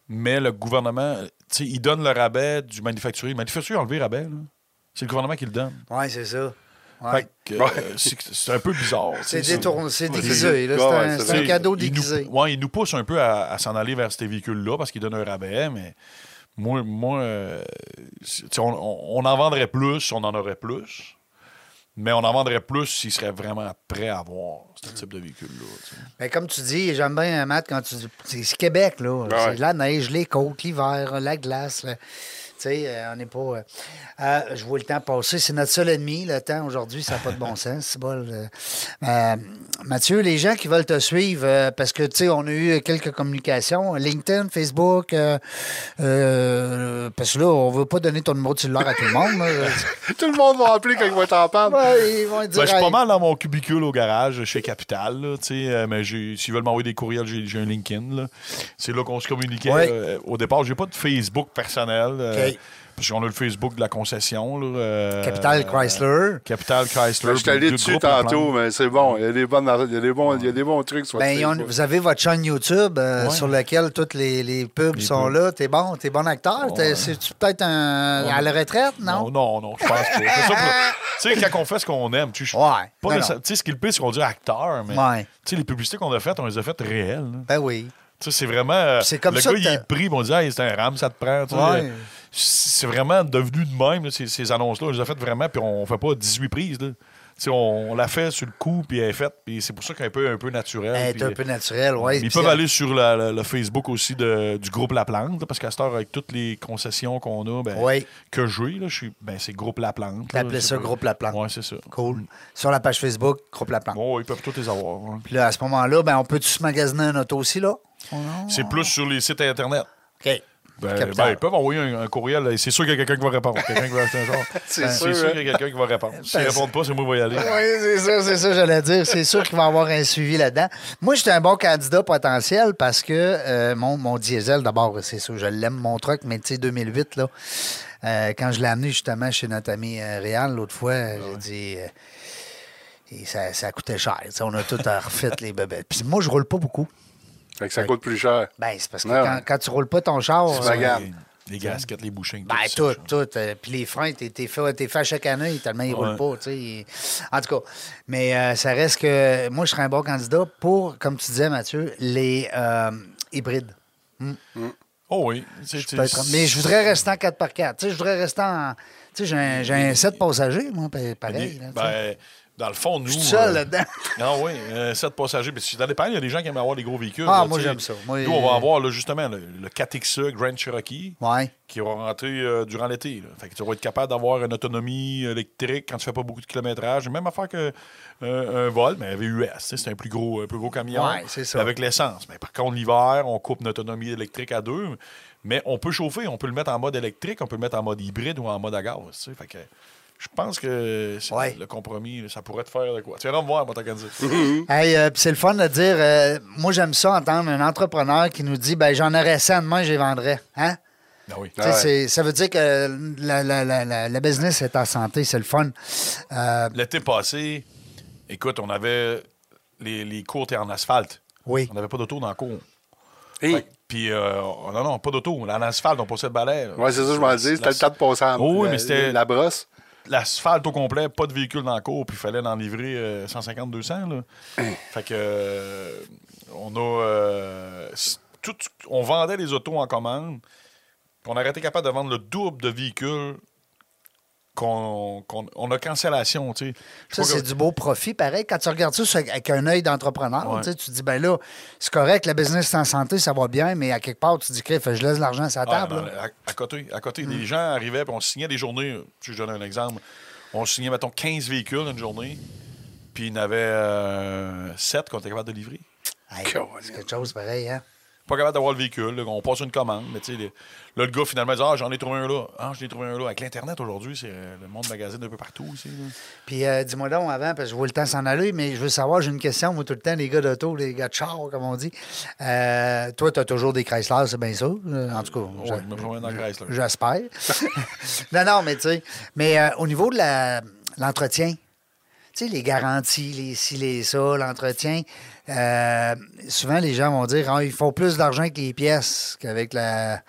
mais le gouvernement, euh, tu sais, il donne le rabais du manufacturier. Le manufacturier a enlevé le rabais, là. C'est le gouvernement qui le donne.
Oui, c'est ça. Ouais.
Fait que, euh, c'est c'est un peu bizarre. tu
C'est
sais, ça.
détourné, c'est
Ouais,
déguisé.
c'est-
là.
ouais,
C'est
ouais,
un-
c'est
c'est un,
vrai.
cadeau
Il
déguisé.
nous, ouais, il nous pousse un peu à, à s'en aller vers ces véhicules-là parce qu'ils donnent un rabais, mais moi, moi euh, c'est- tu sais, on, on- on en vendrait plus, on en aurait plus. Mais on en vendrait plus s'ils seraient vraiment prêts à avoir ce type de véhicule-là. tu sais.
Ben, comme tu dis, j'aime bien, hein, Matt, quand tu dis. C'est c'est Québec, là. C'est la neige, les côtes, l'hiver, la glace. là. Tu sais, euh, on n'est pas. euh, euh, je vois le temps passer. C'est notre seul ennemi, le temps aujourd'hui. Ça n'a pas de bon sens. C'est bon. euh, euh, Mathieu, les gens qui veulent te suivre, euh, parce que, tu sais, on a eu quelques communications. LinkedIn, Facebook. euh, euh, parce que là, on ne veut pas donner ton numéro de cellulaire à tout le monde. là.
Tout le monde va appeler quand il va t'en parler.
Ouais, ils vont dire.
Ben, je suis pas
hey,
mal dans mon cubicule au garage chez Capital. là, tu sais, euh, mais j'ai- s'ils veulent m'envoyer des courriels, j'ai j'ai un LinkedIn. là. C'est là, qu'on se communiquait.
Ouais.
euh, au départ, j'ai pas de Facebook personnel. euh,
Ok.
Parce qu'on a le Facebook de la concession. là, euh,
Capital
euh,
Chrysler.
Capital Chrysler.
Ben, Je suis allé
le
dessus
groupe La
tantôt,
Plante.
mais c'est bon. Il y a des, bonnes, il y a des, bons, il y a des bons trucs sur
Ben,
le
ils ont-
Facebook.
vous avez votre chaîne YouTube euh,
Ouais.
sur laquelle toutes les, les pubs sont là. T'es bon, t'es bon acteur. T'es- C'est-tu peut-être un- à la retraite? Non?
Non, non, non, je pense pas. C'est ça pour- Tu sais, quand on fait ce qu'on aime, tu sais, je-
Ouais.
pas
Non,
nécessaire-
non.
Tu sais, ce qui est le pire, c'est qu'on dit acteur, mais
Ouais.
tu sais, les publicités qu'on a faites, on les a faites réelles. là.
Ben oui.
Tu sais, c'est vraiment. euh,
C'est comme
le
ça
gars,
que
il
t'as-
est pris, puis on dit, hey, c'est un RAM, ça te prend. tu sais. euh,
Ouais.
C'est vraiment devenu de même, là, ces, ces annonces-là. On les a faites vraiment, puis on fait pas 18 prises. là. Tu sais, on, on l'a fait sur le coup, puis elle est faite, puis c'est pour ça qu'elle est un peu, un peu naturelle.
Hey,
puis-
Ben, T'es un peu naturel, oui.
ils peuvent aller sur la- la- le Facebook aussi de- du groupe La Plante, là, parce qu'à cette heure, avec toutes les concessions qu'on a, ben,
Oui.
que j'ai, là, je suis, ben, c'est groupe La Plante. là,
T'appelais
je sais
ça
pas.
Groupe La Plante.
Ouais, c'est ça.
Cool. Sur la page Facebook, groupe La Plante.
Bon, ils peuvent tous les avoir. hein.
Puis là, à ce moment-là, ben, on peut-tu se magasiner un auto aussi, là?
C'est
Ah.
plus sur les sites Internet.
OK.
Ben,
Capital.
ben, ils peuvent envoyer un, un courriel. là, et C'est sûr qu'il y a quelqu'un qui va répondre. Quelqu'un qui va acheter un genre.
C'est
Ben,
sûr, hein.
qu'il y a quelqu'un qui va répondre. S'ils
Ben,
ne répondent pas, c'est moi qui vais y aller.
Oui, c'est ça, c'est ça, j'allais dire. C'est sûr qu'il va y avoir un suivi là-dedans. Moi, j'étais un bon candidat potentiel parce que euh, mon, mon diesel, d'abord, c'est sûr, je l'aime, mon truck, mais tu sais, 2008, là, euh, quand je l'ai amené justement chez notre ami euh, Réal l'autre fois, j'ai dit. euh, et ça, ça coûtait cher. tu sais, on a tout à refait les bébés. Puis moi, je roule pas beaucoup.
Fait que ça coûte plus cher.
Ben, c'est parce que
Ouais,
quand,
ouais.
quand tu roules pas ton char.
Tu
euh,
bagarres.
Les, les gasquettes, les bouchons.
ben,
ça,
tout,
ça.
tout. euh, Puis les freins, t'es t'es fait, t'es fait à chaque année, tellement ils roulent pas, tu sais. ils- En tout cas, mais euh, ça reste que moi, je serais un bon candidat pour, comme tu disais, Mathieu, les euh, hybrides.
Oh oui. c'est- c'est-
Peut-être. Mais je voudrais rester en 4x4. Tu sais, je voudrais rester en... Tu sais, j'ai un- j'ai un 7 passagers, moi, pa- pareil. là, tu sais.
Ben, dans le fond, nous.
je suis seul
euh,
là-dedans.
Non, oui, 7 passagers. Mais si dans les il y a des gens qui aiment avoir des gros véhicules.
Ah,
là,
moi,
tu sais.
j'aime ça. Moi,
Nous, on va
euh,
avoir là, justement le, le 4XE Grand Cherokee
ouais.
qui va rentrer euh, durant l'été. là. Fait que tu vas être capable d'avoir une autonomie euh, électrique quand tu fais pas beaucoup de kilométrage. Même affaire que euh, un vol, mais VUS, tu sais, c'est un plus gros, un plus gros camion.
Ouais, c'est ça.
Avec l'essence. Mais par contre, l'hiver, on coupe notre autonomie électrique à deux. Mais on peut chauffer, on peut le mettre en mode électrique, on peut le mettre en mode hybride ou en mode à gaz. tu sais. Fait que je pense que c'est
Ouais.
le compromis, ça pourrait te faire de quoi. Tu vas me voir, moi, t'organiser.
Mm-hmm.
Hey, euh, puis c'est le fun de dire, euh, moi, j'aime ça entendre un entrepreneur qui nous dit, ben j'en aurais 100 demain, je les vendrais. Hein?
Ben oui.
Tu sais,
Ouais.
c'est- Ça veut dire que la, la- la- la- la business est en santé, c'est le fun. Euh,
L'été passé, écoute, on avait les, les cours étaient en asphalte.
oui.
On n'avait pas d'auto dans la cour.
Hey.
Fait que- Puis, euh, on- non, non, pas d'auto. En asphalte, on passait de balai. là.
Ouais, c'est ça, je m'en dis. C'était
La-
le temps de passer en-
Oh oui,
la-
mais c'était-
La brosse.
L'asphalte au complet, pas de véhicule dans la cour, puis il fallait en livrer euh, 150-200. là. fait que, euh, on a. euh, s- tout, on vendait les autos en commande, puis on aurait été capable de vendre le double de véhicules qu'on qu'on- on a cancellation. tu sais. Je
Ça,
sais pas
c'est
que-
du beau profit, pareil. Quand tu regardes ça sur- avec un œil d'entrepreneur,
Ouais.
tu sais, tu dis, ben là, c'est correct, la business est en santé, ça va bien, mais à quelque part, tu dis, crif, je laisse l'argent sur la
Ah,
table.
non,
là. Mm.
à, à côté, à côté les gens arrivaient puis on signait des journées. Si je donne un exemple, on signait, mettons, 15 véhicules une journée, puis il y en avait 7 qu'on était capable de livrer.
Hey,
Colin.
c'est quelque chose pareil, hein?
Pas capable d'avoir le véhicule, là, on passe une commande, mais tu sais, les- là, le gars finalement dit Ah, j'en ai trouvé un là. Ah, j'en ai trouvé un là. Avec l'Internet aujourd'hui, c'est euh, le monde magazine un peu partout aussi. là.
Puis euh, dis-moi donc avant, parce que je vois le temps s'en aller, mais je veux savoir, j'ai une question, moi, tout le temps, les gars d'auto, les gars de char, comme on dit. Euh, toi, tu as toujours des Chrysler, c'est bien sûr. euh, En tout cas,
Ouais,
je-
je me promène dans le Chrysler.
j'espère. non, non, mais tu sais, mais euh, au niveau de la- l'entretien, tu sais, les garanties, les ci, les ça, l'entretien, euh, souvent, les gens vont dire, Ah, ils font plus d'argent avec les pièces qu'avec la...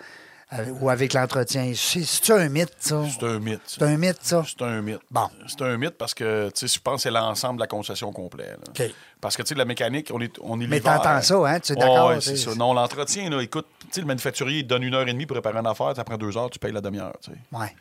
avec- ou avec l'entretien. C'est- C'est-tu un mythe, ça?
C'est un mythe. ça.
C'est un mythe, ça?
C'est un mythe.
Bon.
C'est un mythe parce que, tu sais, je pense que c'est l'ensemble de la concession complète. là.
OK.
Parce que, tu sais, la mécanique, on est, on est
Mais
l'hiver.
t'entends ça, hein? Tu es d'accord,
Ouais,
tu sais.
c'est ça. Non, l'entretien, là, écoute, tu sais, le manufacturier, il te donne une heure et demie pour préparer une affaire, ça prend deux heures, tu payes la demi-heure, tu sais.
Ouais.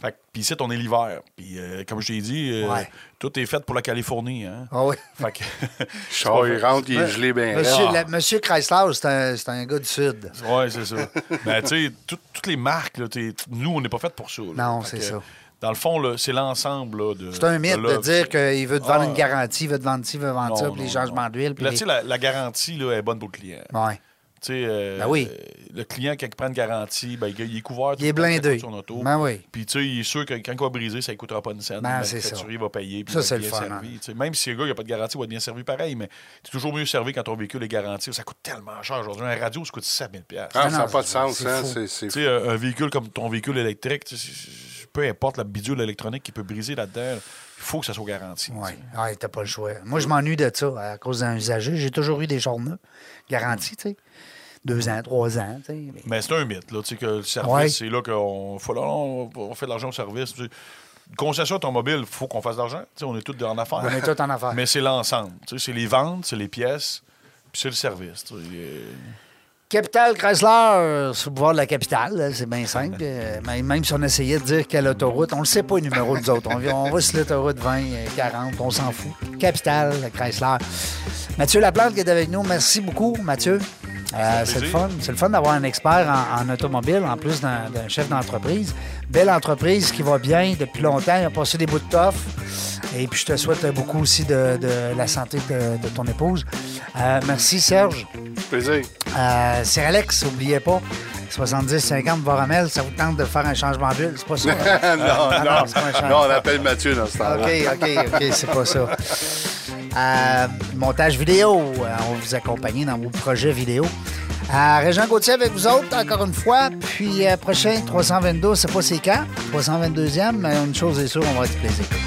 Fait que, puis ici, on est l'hiver. Puis, euh, comme je t'ai dit, euh,
Ouais.
tout est fait pour la Californie, hein.
Ah oui.
Fait que...
Char, il rentre, il est gelé bien.
Monsieur,
raide.
la- Monsieur Chrysler, c'est un, c'est un gars du Sud.
Oui, c'est ça. Mais Ben, tu sais, tout- toutes les marques, là, t'es- nous, on n'est pas fait pour ça. là.
Non,
Fait
c'est
que,
ça.
Dans le fond, là, c'est l'ensemble là, de.
C'est un mythe de
l'œuvre.
dire qu'il veut te vendre
Ah.
une garantie, il veut te vendre ci, il veut vendre
Non,
ça, puis
non,
les
non.
changements d'huile. puis
Là,
les-
tu sais, la, la garantie là, est bonne pour le client.
Ouais.
Tu sais, euh,
Ben oui.
euh, le client, quand il prend une garantie, ben, il il est couvert. tout
Il est
le temps qu'il
blindé.
coûte Son auto.
Ben oui.
Puis, tu sais, il est sûr que quand il va briser, ça ne coûtera pas une scène.
Ben,
Le
c'est ça.
manufacturier va payer. puis
Ça,
il va
c'est
être
le
bien
fun, hein.
servi, tu sais. Même si le gars, il n'y a pas de garantie, il va être bien servi pareil. Mais c'est toujours mieux servi quand ton véhicule est garanti. Ça coûte tellement cher aujourd'hui. Un radio, ça coûte 7 000 piastres.
Ah,
Non,
ça n'a
non,
pas de sens,
c'est
hein,
fou.
c'est- c'est
Tu sais, un un véhicule comme ton véhicule électrique, tu sais, c'est- c'est- peu importe la bidule électronique qui peut briser là-dedans, il faut que ça soit garanti.
Oui,
tu sais.
ouais, Ah, t'as pas le choix. Moi, je m'ennuie de ça à cause d'un usager. J'ai toujours eu des journées garanties, tu sais. Deux ans, trois ans, tu sais. Mais-
Mais c'est un mythe, là, tu sais, que le service,
Ouais.
c'est là qu'on faut- là, on, on fait de l'argent au service. tu sais. Une Concession automobile, il faut qu'on fasse de l'argent. tu sais, On est tous en affaires.
On est tous en affaires.
Mais c'est l'ensemble. tu sais, C'est les ventes, c'est les pièces, puis c'est le service. tu sais. Euh,
Capitale Chrysler, sous le pouvoir de la capitale, là, c'est bien simple. Euh, mais même si on essayait de dire quelle autoroute, on ne le sait pas le numéro des autres. On, vient- on va sur l'autoroute 20, euh, 40, on s'en fout. Capitale Chrysler. Mathieu Laplante qui est avec nous, merci beaucoup, Mathieu. Euh, c'est le
plaisir.
fun. C'est le fun d'avoir un expert en, en automobile, en plus d'un d'un chef d'entreprise. Belle entreprise qui va bien depuis longtemps. Il a passé des bouts de toffe. Et puis, je te souhaite beaucoup aussi de, de la santé de, de ton épouse. Euh, merci, Serge.
Plaisir.
Euh, c'est Alex, n'oubliez pas. 70-50 Varamel, ça vous tente de faire un changement d'huile, c'est pas ça? hein?
non, non,
c'est pas un changement.
non, on appelle Mathieu dans ce temps-là.
OK, OK, OK, c'est pas ça. Euh, montage vidéo, euh, on va vous accompagner dans vos projets vidéo. Euh, Régent Gauthier avec vous autres, encore une fois. Puis, euh, prochain 322, c'est pas c'est quand, 322e, mais une chose euh, est sûre, on va être plaisir.